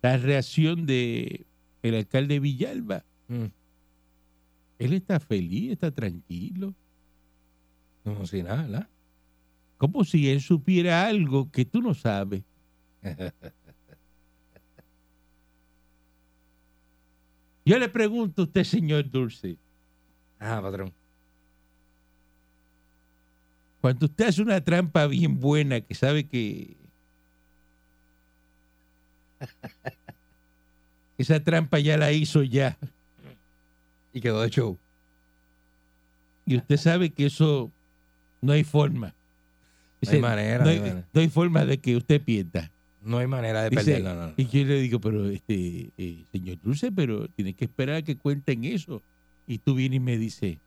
[SPEAKER 4] la reacción de el alcalde Villalba,
[SPEAKER 3] Mm.
[SPEAKER 4] él está feliz, está tranquilo,
[SPEAKER 3] No, sí, nada, ¿verdad?
[SPEAKER 4] como si él supiera algo que tú no sabes. Yo le pregunto a usted, señor Dulce,
[SPEAKER 3] Ah, patrón.
[SPEAKER 4] cuando usted hace una trampa bien buena que sabe que esa trampa ya la hizo ya.
[SPEAKER 3] Y quedó de show.
[SPEAKER 4] y usted sabe que eso no hay forma.
[SPEAKER 3] No hay manera,
[SPEAKER 4] No
[SPEAKER 3] no
[SPEAKER 4] hay,
[SPEAKER 3] hay manera.
[SPEAKER 4] no hay forma de que usted pierda.
[SPEAKER 3] No hay manera de
[SPEAKER 4] Dice,
[SPEAKER 3] perderlo, no, no.
[SPEAKER 4] Y yo le digo, pero este eh, señor Dulce, pero tiene que esperar a que cuenten eso. Y tú vienes y me dices,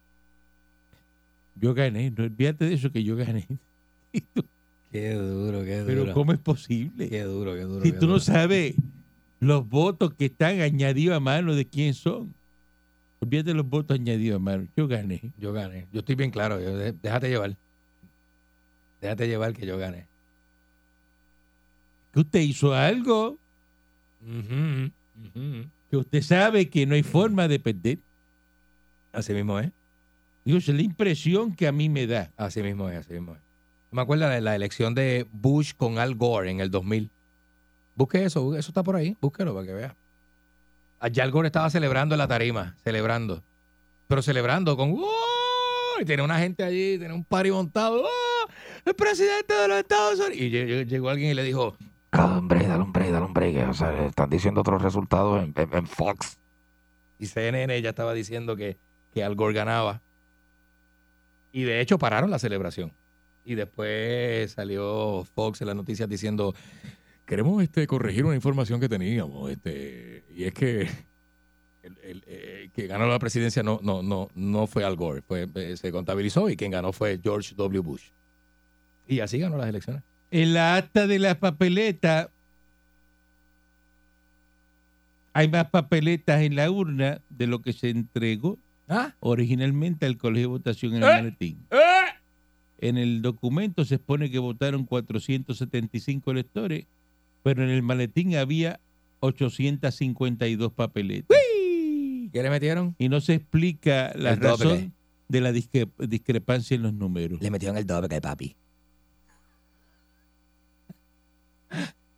[SPEAKER 4] yo gané, no olvídate de eso que yo gané. Y tú,
[SPEAKER 3] Qué duro, qué duro.
[SPEAKER 4] pero ¿cómo es posible?
[SPEAKER 3] Qué duro, qué duro.
[SPEAKER 4] Si
[SPEAKER 3] qué
[SPEAKER 4] tú no
[SPEAKER 3] duro.
[SPEAKER 4] sabes los votos que están añadidos a mano de quién son. Olvídate los votos añadidos a mano. Yo gané.
[SPEAKER 3] Yo gané. Yo estoy bien claro. yo- de- déjate llevar. Déjate llevar que yo gané.
[SPEAKER 4] Que usted hizo algo
[SPEAKER 3] Ujú, ujú.
[SPEAKER 4] que usted sabe que no hay forma de perder.
[SPEAKER 3] Así mismo es.
[SPEAKER 4] Digo, esa es la impresión que a mí me da.
[SPEAKER 3] Así mismo es, así mismo es. Me acuerdo de la elección de Bush con Al Gore en el 2000. Busque eso, busque- eso está por ahí, búsquelo para que vea. Allá Al Gore estaba celebrando en la tarima, celebrando. Pero celebrando con... ¡Oh! Y tenía una gente allí, tenía un pari montado. ¡Oh! ¡El presidente de los Estados Unidos! Y lle- lle- llegó alguien y le dijo...
[SPEAKER 7] Dale un break, dale un break, dale un break. que, O sea, están diciendo otros resultados en, en- en Fox.
[SPEAKER 3] Y CNN ya estaba diciendo que, que Al Gore ganaba. Y de hecho pararon la celebración. Y después salió Fox en las noticias diciendo, queremos este, corregir una información que teníamos. Este, y es que el, el, eh, que ganó la presidencia no, no, no, no fue Al Gore. Fue, eh, se contabilizó y quien ganó fue George W. Bush. Y así ganó las elecciones.
[SPEAKER 4] En la acta de la papeleta hay más papeletas en la urna de lo que se entregó
[SPEAKER 3] ¿Ah?
[SPEAKER 4] originalmente al colegio de votación en el
[SPEAKER 3] ¿Eh?
[SPEAKER 4] maletín. En el documento se expone que votaron 475 electores, pero en el maletín había 852 papeletas.
[SPEAKER 3] ¿Qué le metieron?
[SPEAKER 4] Y no se explica la
[SPEAKER 3] El doble.
[SPEAKER 4] razón de la disque- discrepancia en los números.
[SPEAKER 3] Le metieron el doble, papi.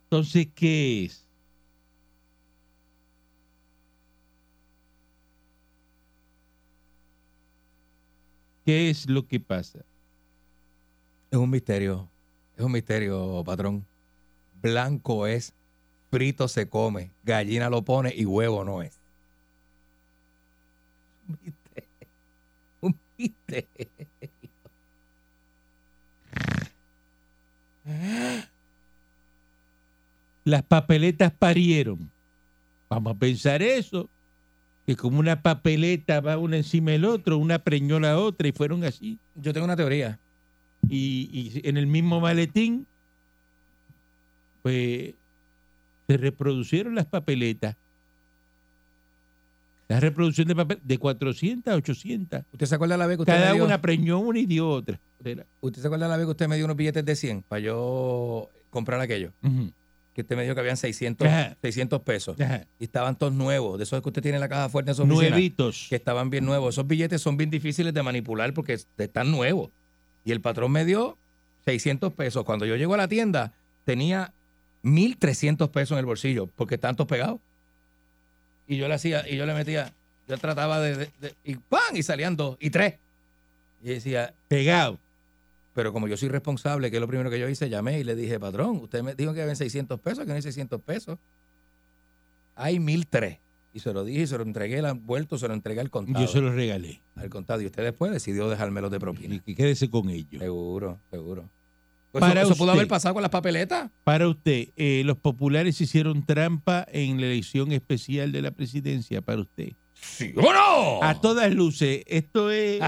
[SPEAKER 4] Entonces, ¿qué es? ¿Qué es lo que pasa?
[SPEAKER 3] Es un misterio. Es un misterio, patrón. Blanco es, frito se come, gallina lo pone y huevo no es. Un misterio. Un misterio.
[SPEAKER 4] Las papeletas parieron. Vamos a pensar eso. Que como una papeleta va una encima del otro, una preñó la otra y fueron así.
[SPEAKER 3] Yo tengo una teoría.
[SPEAKER 4] Y, y en el mismo maletín, pues se reproducieron las papeletas. La reproducción de papel de 400 a 800.
[SPEAKER 3] ¿Usted se acuerda la vez que usted
[SPEAKER 4] Cada
[SPEAKER 3] me dio,
[SPEAKER 4] una preñó una y dio otra. Era-
[SPEAKER 3] ¿Usted se acuerda la vez que usted me dio unos billetes de 100 para yo comprar aquello?
[SPEAKER 4] Ujú.
[SPEAKER 3] Que usted me dijo que habían 600,
[SPEAKER 4] Ajá.
[SPEAKER 3] 600 pesos.
[SPEAKER 4] Ajá.
[SPEAKER 3] Y estaban todos nuevos, de esos que usted tiene en la caja fuerte en su oficina.
[SPEAKER 4] Nuevitos.
[SPEAKER 3] que estaban bien nuevos. Esos billetes son bien difíciles de manipular porque están nuevos. Y el patrón me dio 600 pesos. Cuando yo llego a la tienda, tenía 1.300 pesos en el bolsillo porque están todos pegados. Y yo le hacía, y yo le metía, yo trataba de, de- de- y ¡pam! Y salían dos y tres. Y decía,
[SPEAKER 4] Pegado.
[SPEAKER 3] pero como yo soy responsable, que es lo primero que yo hice, llamé y le dije, patrón, usted me dijo que habían 600 pesos, que no hay 600 pesos. Hay 1.300. Y se lo dije y se lo entregué, la vuelto, se lo entregué al contador
[SPEAKER 4] Yo se los regalé.
[SPEAKER 3] al contado. Y usted después decidió dejármelo de
[SPEAKER 4] Y
[SPEAKER 3] propina.
[SPEAKER 4] que quédese con ellos.
[SPEAKER 3] Seguro, seguro. Pues
[SPEAKER 4] Para
[SPEAKER 3] eso, eso pudo
[SPEAKER 4] usted.
[SPEAKER 3] haber pasado con las papeletas.
[SPEAKER 4] Para usted, eh, los populares hicieron trampa en la elección especial de la presidencia. Para usted.
[SPEAKER 3] ¿Sí o no?
[SPEAKER 4] A todas luces, esto es.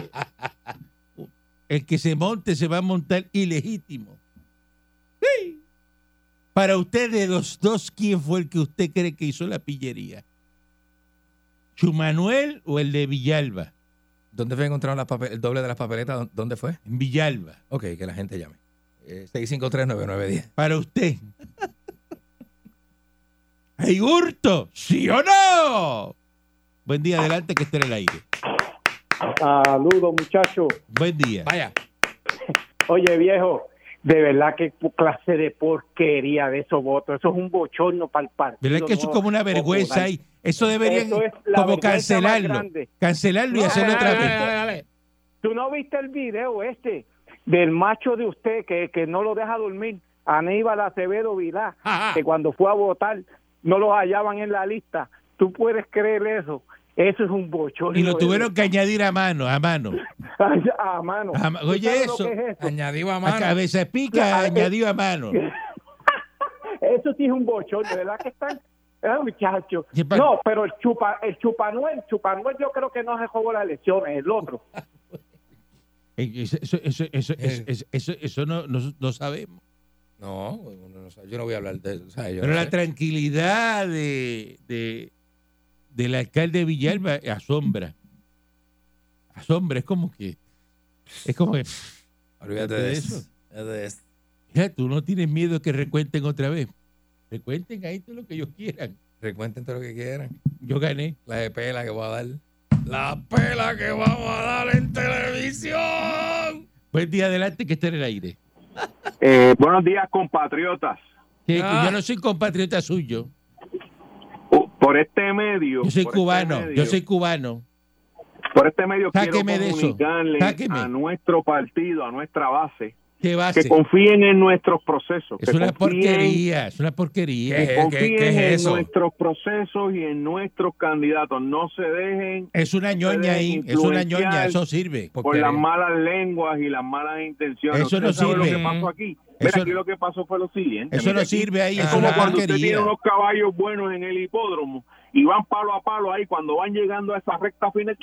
[SPEAKER 4] El que se monte se va a montar ilegítimo. ¡Sí! Para usted, de los dos, ¿quién fue el que usted cree que hizo la pillería? ¿Chumanuel o el de Villalba?
[SPEAKER 3] ¿Dónde fue encontrado las pape- el doble de las papeletas? ¿Dó- ¿Dónde fue?
[SPEAKER 4] En Villalba.
[SPEAKER 3] Ok, que la gente llame. Eh, 6539910.
[SPEAKER 4] Para usted. ¡Hay hurto! ¿Sí o no? Buen día, adelante que esté en el aire.
[SPEAKER 8] Ah, Saludos, muchachos.
[SPEAKER 4] Buen día.
[SPEAKER 3] Vaya.
[SPEAKER 8] Oye, viejo, de verdad que clase de porquería de esos votos. Eso es un bochorno para el partido.
[SPEAKER 4] ¿Verdad que eso es como una
[SPEAKER 8] Popular.
[SPEAKER 4] vergüenza ahí? Eso deberían
[SPEAKER 8] Eso es la vergüenza
[SPEAKER 4] como
[SPEAKER 8] más
[SPEAKER 4] cancelarlo.
[SPEAKER 8] grande.
[SPEAKER 4] Cancelarlo y
[SPEAKER 8] No,
[SPEAKER 4] hacerlo otra
[SPEAKER 8] dale,
[SPEAKER 4] vez.
[SPEAKER 8] dale, ¿Tú no viste el video este del macho de usted que, que no lo deja dormir? Aníbal Acevedo Vilá,
[SPEAKER 3] Ajá.
[SPEAKER 8] que cuando fue a votar no los hallaban en la lista. ¿Tú puedes creer eso? Eso es un bochorno.
[SPEAKER 4] Y lo
[SPEAKER 8] de
[SPEAKER 4] tuvieron que añadir a mano, a mano.
[SPEAKER 8] verdad. a mano.
[SPEAKER 4] A ma-
[SPEAKER 8] ¿Tú
[SPEAKER 4] oye,
[SPEAKER 8] sabes lo
[SPEAKER 4] eso.
[SPEAKER 8] que es eso?
[SPEAKER 3] Añadido a
[SPEAKER 4] A
[SPEAKER 3] mano.
[SPEAKER 4] cabeza de pica,
[SPEAKER 8] Claro.
[SPEAKER 4] añadido a mano.
[SPEAKER 8] Eso sí es un bochorno, ¿verdad que están? Ah, muchacho.
[SPEAKER 4] ¿Qué pa-
[SPEAKER 8] No, pero el chupa, el chupanuel, chupanuel yo creo que no se jugó las elecciones, el otro.
[SPEAKER 4] Eh, Eso, eso, eso, eso, eso, eso- eso no, no- no sabemos.
[SPEAKER 3] No, uno no sabe, yo no voy a hablar de eso. ¿sabes? Yo
[SPEAKER 4] Pero
[SPEAKER 3] no
[SPEAKER 4] la
[SPEAKER 3] sé.
[SPEAKER 4] tranquilidad de, de- del alcalde de Villalba asombra. Asombra, es como que. Es como que.
[SPEAKER 3] Olvídate
[SPEAKER 4] de
[SPEAKER 3] de eso.
[SPEAKER 4] eso.
[SPEAKER 3] Olvídate de eso.
[SPEAKER 4] Mira, tú no tienes miedo que recuenten otra vez. Recuenten ahí todo lo que ellos quieran.
[SPEAKER 3] Recuenten todo lo que quieran.
[SPEAKER 4] Yo gané.
[SPEAKER 3] La de pela que voy a dar. La pela que vamos a dar en televisión.
[SPEAKER 4] Buen día adelante que esté en el aire.
[SPEAKER 9] Eh, buenos días, compatriotas.
[SPEAKER 4] Que, que
[SPEAKER 3] Ah.
[SPEAKER 4] yo no soy compatriota suyo.
[SPEAKER 9] Uh, Por este medio.
[SPEAKER 4] Yo soy
[SPEAKER 9] por este
[SPEAKER 4] cubano.
[SPEAKER 9] medio-
[SPEAKER 4] Yo soy cubano.
[SPEAKER 9] Por este medio
[SPEAKER 4] Sáqueme de
[SPEAKER 9] quiero
[SPEAKER 4] eso,
[SPEAKER 9] comunicarle
[SPEAKER 4] sáqueme.
[SPEAKER 9] a nuestro partido, a nuestra base,
[SPEAKER 4] ¿Qué
[SPEAKER 9] que
[SPEAKER 4] base?
[SPEAKER 9] confíen en nuestros procesos.
[SPEAKER 4] Es
[SPEAKER 9] que
[SPEAKER 4] una
[SPEAKER 9] confíen-
[SPEAKER 4] porquería. Es una porquería.
[SPEAKER 3] ¿Qué?
[SPEAKER 9] Confíen
[SPEAKER 3] qué es
[SPEAKER 9] en
[SPEAKER 3] eso?
[SPEAKER 9] nuestros procesos y en nuestros candidatos. No se dejen
[SPEAKER 4] Es una ñoña ahí. Es una ñoña.
[SPEAKER 9] Influenciar
[SPEAKER 4] Eso sirve.
[SPEAKER 9] por
[SPEAKER 3] Porquería.
[SPEAKER 9] las malas lenguas y las malas intenciones.
[SPEAKER 4] Eso no
[SPEAKER 9] Ustedes saben
[SPEAKER 4] sirve.
[SPEAKER 9] Lo que pasó aquí. Mira,
[SPEAKER 4] Eso-
[SPEAKER 9] aquí lo que pasó fue lo siguiente.
[SPEAKER 4] Eso
[SPEAKER 9] Mira,
[SPEAKER 4] no
[SPEAKER 9] aquí
[SPEAKER 4] sirve ahí. Es
[SPEAKER 9] Es como
[SPEAKER 4] una
[SPEAKER 9] cuando usted tiene
[SPEAKER 4] porquería.
[SPEAKER 9] unos caballos buenos en el hipódromo y van palo a palo ahí, cuando van llegando a esa recta final,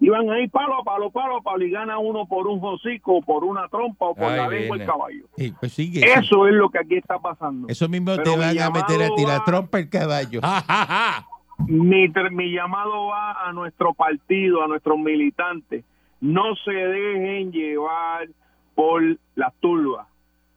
[SPEAKER 9] y van ahí palo a palo, palo a palo, y gana uno por un hocico, o por una trompa o por
[SPEAKER 3] Ay,
[SPEAKER 9] la lengua
[SPEAKER 3] Virgen.
[SPEAKER 9] el caballo.
[SPEAKER 4] Sí, pues sigue.
[SPEAKER 9] Eso es lo que aquí está pasando.
[SPEAKER 4] Eso mismo
[SPEAKER 9] Pero Ah,
[SPEAKER 4] te
[SPEAKER 9] mi
[SPEAKER 4] van a meter a
[SPEAKER 9] llamado
[SPEAKER 4] ti la
[SPEAKER 9] va-
[SPEAKER 4] trompa el caballo.
[SPEAKER 3] ¡Ja, ja, ja!
[SPEAKER 9] Mi, tr- mi llamado va a nuestro partido, a nuestros militantes. No se dejen llevar por las turbas.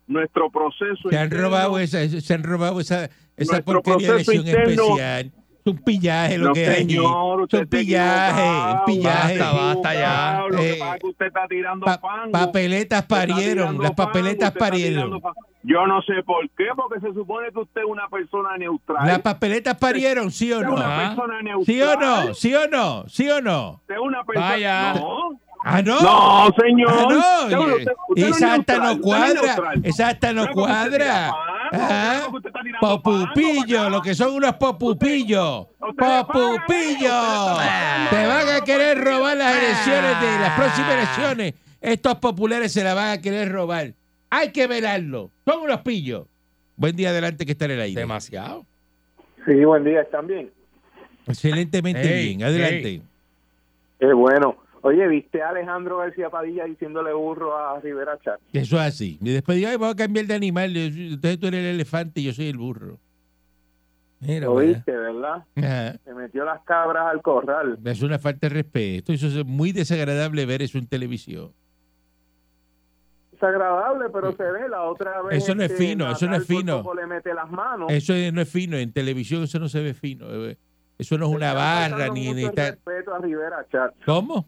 [SPEAKER 9] Nuestro proceso
[SPEAKER 4] Se han
[SPEAKER 9] interno-
[SPEAKER 4] robado esa, se han robado esa, esa
[SPEAKER 9] Nuestro
[SPEAKER 4] porquería de
[SPEAKER 9] proceso
[SPEAKER 4] elección
[SPEAKER 9] interno-
[SPEAKER 4] especial. Es un pillaje lo
[SPEAKER 9] No,
[SPEAKER 4] que hay.
[SPEAKER 9] señor,
[SPEAKER 4] allí. Es
[SPEAKER 9] usted
[SPEAKER 4] un
[SPEAKER 9] está
[SPEAKER 4] pillaje, un
[SPEAKER 9] equivocado,
[SPEAKER 4] pillaje.
[SPEAKER 9] está
[SPEAKER 3] basta ya.
[SPEAKER 9] equivocado, Lo
[SPEAKER 4] Eh,
[SPEAKER 9] que pasa es que usted está tirando
[SPEAKER 4] Pa-
[SPEAKER 9] fango.
[SPEAKER 4] papeletas
[SPEAKER 9] Usted está
[SPEAKER 4] parieron,
[SPEAKER 9] tirando
[SPEAKER 4] las
[SPEAKER 9] fango,
[SPEAKER 4] papeletas
[SPEAKER 9] usted está
[SPEAKER 4] parieron.
[SPEAKER 9] tirando fa- Yo no sé por qué, porque se supone que usted es una persona neutral.
[SPEAKER 4] Las papeletas parieron, ¿sí o
[SPEAKER 9] Usted
[SPEAKER 4] no? ¿Ah?
[SPEAKER 9] es una
[SPEAKER 3] Ajá.
[SPEAKER 9] persona neutral.
[SPEAKER 4] ¿Sí o no? ¿Sí o no? ¿Sí o no?
[SPEAKER 9] Usted es una persona...
[SPEAKER 3] Vaya.
[SPEAKER 9] No.
[SPEAKER 4] Ah, no.
[SPEAKER 9] No, señor.
[SPEAKER 4] Ah,
[SPEAKER 9] Usted-
[SPEAKER 4] no.
[SPEAKER 9] usted- usted no es
[SPEAKER 4] Esa hasta
[SPEAKER 9] neutral,
[SPEAKER 4] no
[SPEAKER 9] usted no es
[SPEAKER 4] cuadra.
[SPEAKER 9] neutral.
[SPEAKER 4] Esa hasta no
[SPEAKER 9] Claro que usted
[SPEAKER 4] cuadra.
[SPEAKER 9] tira fango,
[SPEAKER 4] Ah,
[SPEAKER 9] claro que usted está tirando
[SPEAKER 4] Popupillo,
[SPEAKER 9] fango,
[SPEAKER 4] lo que son unos popupillos.
[SPEAKER 9] usted le paga,
[SPEAKER 4] Popupillo.
[SPEAKER 9] usted le paga.
[SPEAKER 4] Ah. Te van a querer robar las elecciones de las próximas elecciones. Estos populares se la van a querer robar. Hay que velarlo. Son unos pillos. Buen día adelante que estar en el aire.
[SPEAKER 3] Demasiado.
[SPEAKER 10] Sí, buen día, ¿están bien?
[SPEAKER 4] Excelentemente
[SPEAKER 3] Ey,
[SPEAKER 4] bien. Adelante.
[SPEAKER 10] Qué bueno. Oye, ¿viste a Alejandro García Padilla diciéndole burro a Rivera Chat?
[SPEAKER 4] Eso es así. Y después digo, ay, voy a cambiar de animal. Entonces tú eres el elefante y yo soy el burro.
[SPEAKER 3] Mira,
[SPEAKER 10] Lo
[SPEAKER 3] vaya.
[SPEAKER 10] viste, ¿verdad?
[SPEAKER 4] Ajá.
[SPEAKER 10] Se metió las cabras al corral.
[SPEAKER 4] Es una falta de respeto. Eso es muy desagradable ver eso en televisión.
[SPEAKER 10] Desagradable, pero se ve la otra vez.
[SPEAKER 4] Eso no es
[SPEAKER 10] este,
[SPEAKER 4] fino, eso no es
[SPEAKER 10] Natal por
[SPEAKER 4] fino.
[SPEAKER 10] poco Le mete las manos.
[SPEAKER 4] Eso no es fino. En televisión eso no se ve fino. eh. Eso no es una
[SPEAKER 10] Le está
[SPEAKER 4] barra
[SPEAKER 10] faltando
[SPEAKER 4] ni... ni
[SPEAKER 10] mucho el
[SPEAKER 4] tal.
[SPEAKER 10] respeto a Rivera Chat.
[SPEAKER 4] ¿Cómo?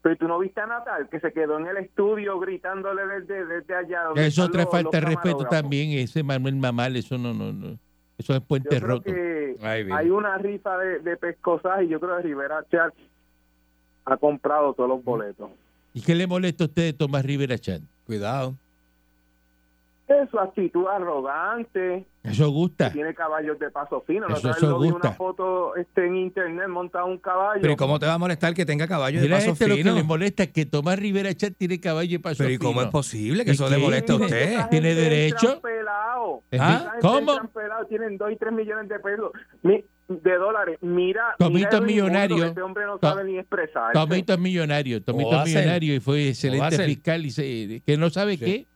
[SPEAKER 10] Pero tú no viste a Natal, que se quedó en el estudio gritándole desde, desde allá. donde
[SPEAKER 4] Es
[SPEAKER 10] están
[SPEAKER 4] otra
[SPEAKER 10] los-
[SPEAKER 4] falta de
[SPEAKER 10] los
[SPEAKER 4] respeto
[SPEAKER 10] camarógrafos.
[SPEAKER 4] también. Ese Manuel Mamal, eso no, no, no. Eso es
[SPEAKER 10] Yo
[SPEAKER 4] puente
[SPEAKER 10] creo
[SPEAKER 4] roto.
[SPEAKER 10] que
[SPEAKER 3] Ay, bien.
[SPEAKER 10] hay una rifa de, de pescosas y yo creo que Rivera Chat ha comprado todos los boletos.
[SPEAKER 4] ¿Y qué le molesta a usted de Tomás Rivera Chan?
[SPEAKER 3] Cuidado.
[SPEAKER 10] Es su actitud arrogante,
[SPEAKER 4] Eso gusta.
[SPEAKER 10] tiene caballos de paso fino. La
[SPEAKER 4] Eso-
[SPEAKER 10] otra vez
[SPEAKER 4] eso
[SPEAKER 10] lo vi
[SPEAKER 4] gusta.
[SPEAKER 10] una foto este, en internet montado un caballo.
[SPEAKER 3] Pero ¿y cómo te va a molestar que tenga caballo de
[SPEAKER 4] Mira,
[SPEAKER 3] paso
[SPEAKER 4] gente lo que
[SPEAKER 3] fino?
[SPEAKER 4] le molesta es que Tomás Rivera Chan tiene caballo y paso
[SPEAKER 3] Pero ¿y cómo
[SPEAKER 4] fino.
[SPEAKER 3] es posible que
[SPEAKER 4] ¿Y
[SPEAKER 3] eso le
[SPEAKER 4] qué?
[SPEAKER 3] moleste a
[SPEAKER 10] Porque
[SPEAKER 3] usted?
[SPEAKER 10] esa gente
[SPEAKER 4] ¿Tiene
[SPEAKER 10] entran
[SPEAKER 4] derecho?
[SPEAKER 10] pelado.
[SPEAKER 4] ¿Eh?
[SPEAKER 10] Esa
[SPEAKER 3] ¿Ah?
[SPEAKER 10] gente
[SPEAKER 4] ¿Cómo?
[SPEAKER 10] entran pelado, tienen 2 y 3 millones de pesos. mi- de dólares. Mira,
[SPEAKER 4] Tomito
[SPEAKER 10] mira lo
[SPEAKER 4] millonario.
[SPEAKER 10] inmundo que Este hombre no
[SPEAKER 4] To-
[SPEAKER 10] sabe ni expresar.
[SPEAKER 4] Tomito es millonario, Tomito es
[SPEAKER 3] Ovacer.
[SPEAKER 4] millonario y fue excelente
[SPEAKER 3] Ovacer.
[SPEAKER 4] fiscal y se- que no sabe
[SPEAKER 3] Sí.
[SPEAKER 4] qué.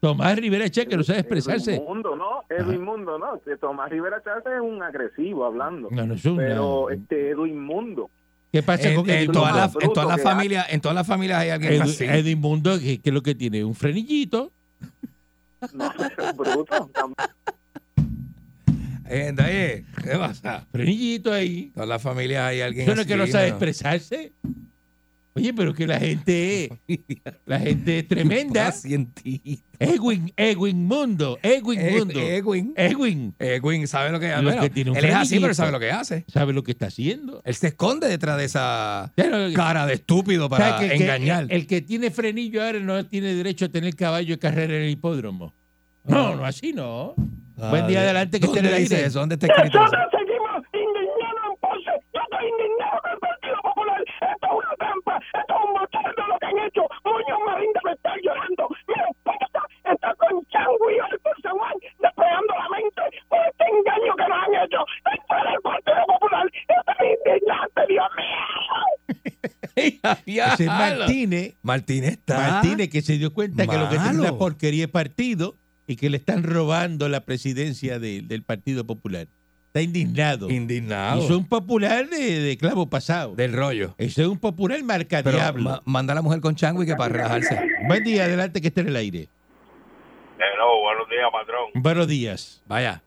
[SPEAKER 4] Tomás Rivera Che, que no sabe expresarse.
[SPEAKER 10] Mundo, no,
[SPEAKER 4] Ajá.
[SPEAKER 10] Edwin Mundo, no. que Tomás Rivera Chávez es un agresivo hablando.
[SPEAKER 4] No, no es una-
[SPEAKER 10] Pero
[SPEAKER 9] eh,
[SPEAKER 10] este Edwin Mundo.
[SPEAKER 4] ¿Qué pasa
[SPEAKER 3] En,
[SPEAKER 4] con
[SPEAKER 3] en
[SPEAKER 4] Edwin
[SPEAKER 10] lo
[SPEAKER 3] todas
[SPEAKER 4] Mundo?
[SPEAKER 10] más
[SPEAKER 3] las en
[SPEAKER 10] bruto
[SPEAKER 3] todas las
[SPEAKER 10] que hay.
[SPEAKER 3] familias en todas las familias hay alguien así.
[SPEAKER 4] Edwin, Edwin Mundo, ¿qué, qué es lo que tiene? Un frenillito.
[SPEAKER 10] No, es bruto.
[SPEAKER 3] Gente, oye, eh, ¿qué pasa?
[SPEAKER 4] Frenillito ahí.
[SPEAKER 3] En todas las familias hay alguien
[SPEAKER 4] Eso no
[SPEAKER 3] así.
[SPEAKER 4] es que no sabe
[SPEAKER 3] mano.
[SPEAKER 4] expresarse. Oye, pero que la gente es. La gente es tremenda.
[SPEAKER 3] Pacientito.
[SPEAKER 4] Edwin, Edwin Mundo, Edwin Mundo.
[SPEAKER 3] Eh, Edwin.
[SPEAKER 4] Edwin
[SPEAKER 3] Edwin sabe lo que hace.
[SPEAKER 4] Lo
[SPEAKER 3] Bueno,
[SPEAKER 4] que tiene un
[SPEAKER 3] él es así,
[SPEAKER 4] frenillito.
[SPEAKER 3] pero sabe lo que hace.
[SPEAKER 4] sabe lo que está haciendo.
[SPEAKER 3] Él se esconde detrás de esa
[SPEAKER 4] Ya no-
[SPEAKER 3] cara de estúpido para
[SPEAKER 4] ¿Sabe Eh, que- que
[SPEAKER 3] engañar.
[SPEAKER 4] el, el que tiene frenillo ahora no tiene derecho a tener caballo de carrera en el hipódromo. No, no, así no. Buen día adelante que esté
[SPEAKER 3] ¿Dónde
[SPEAKER 4] en el
[SPEAKER 3] dice
[SPEAKER 4] aire.
[SPEAKER 3] eso? ¿Dónde está escrito eso?
[SPEAKER 9] seguimos indignados en Ponce. Yo estoy indignado con el Partido Popular. Esto es una trampa. Esto es un bochorno lo que han hecho. Muñoz Marín debe estar llorando. Mi esposa está con Changui y por San Juan desplegando la mente por este engaño que nos han hecho. Esto es el Partido Popular. Esto es indignante, Dios mío.
[SPEAKER 3] Hija
[SPEAKER 4] Ese es Martínez,
[SPEAKER 3] Martínez está.
[SPEAKER 4] Martínez, que se dio cuenta que lo que tiene es una
[SPEAKER 3] Malo.
[SPEAKER 4] porquería es partido y que le están robando la presidencia de- del Partido Popular. Está indignado.
[SPEAKER 3] Indignado.
[SPEAKER 4] Eso es un popular de, de clavo pasado.
[SPEAKER 3] Del rollo.
[SPEAKER 4] Eso es un popular marca
[SPEAKER 3] Pero
[SPEAKER 4] diablo.
[SPEAKER 3] ma- manda a la mujer con changui que para relajarse.
[SPEAKER 4] Buen día, adelante que esté en el aire.
[SPEAKER 9] Hello, buenos días, patrón.
[SPEAKER 4] Buenos días.
[SPEAKER 3] Vaya.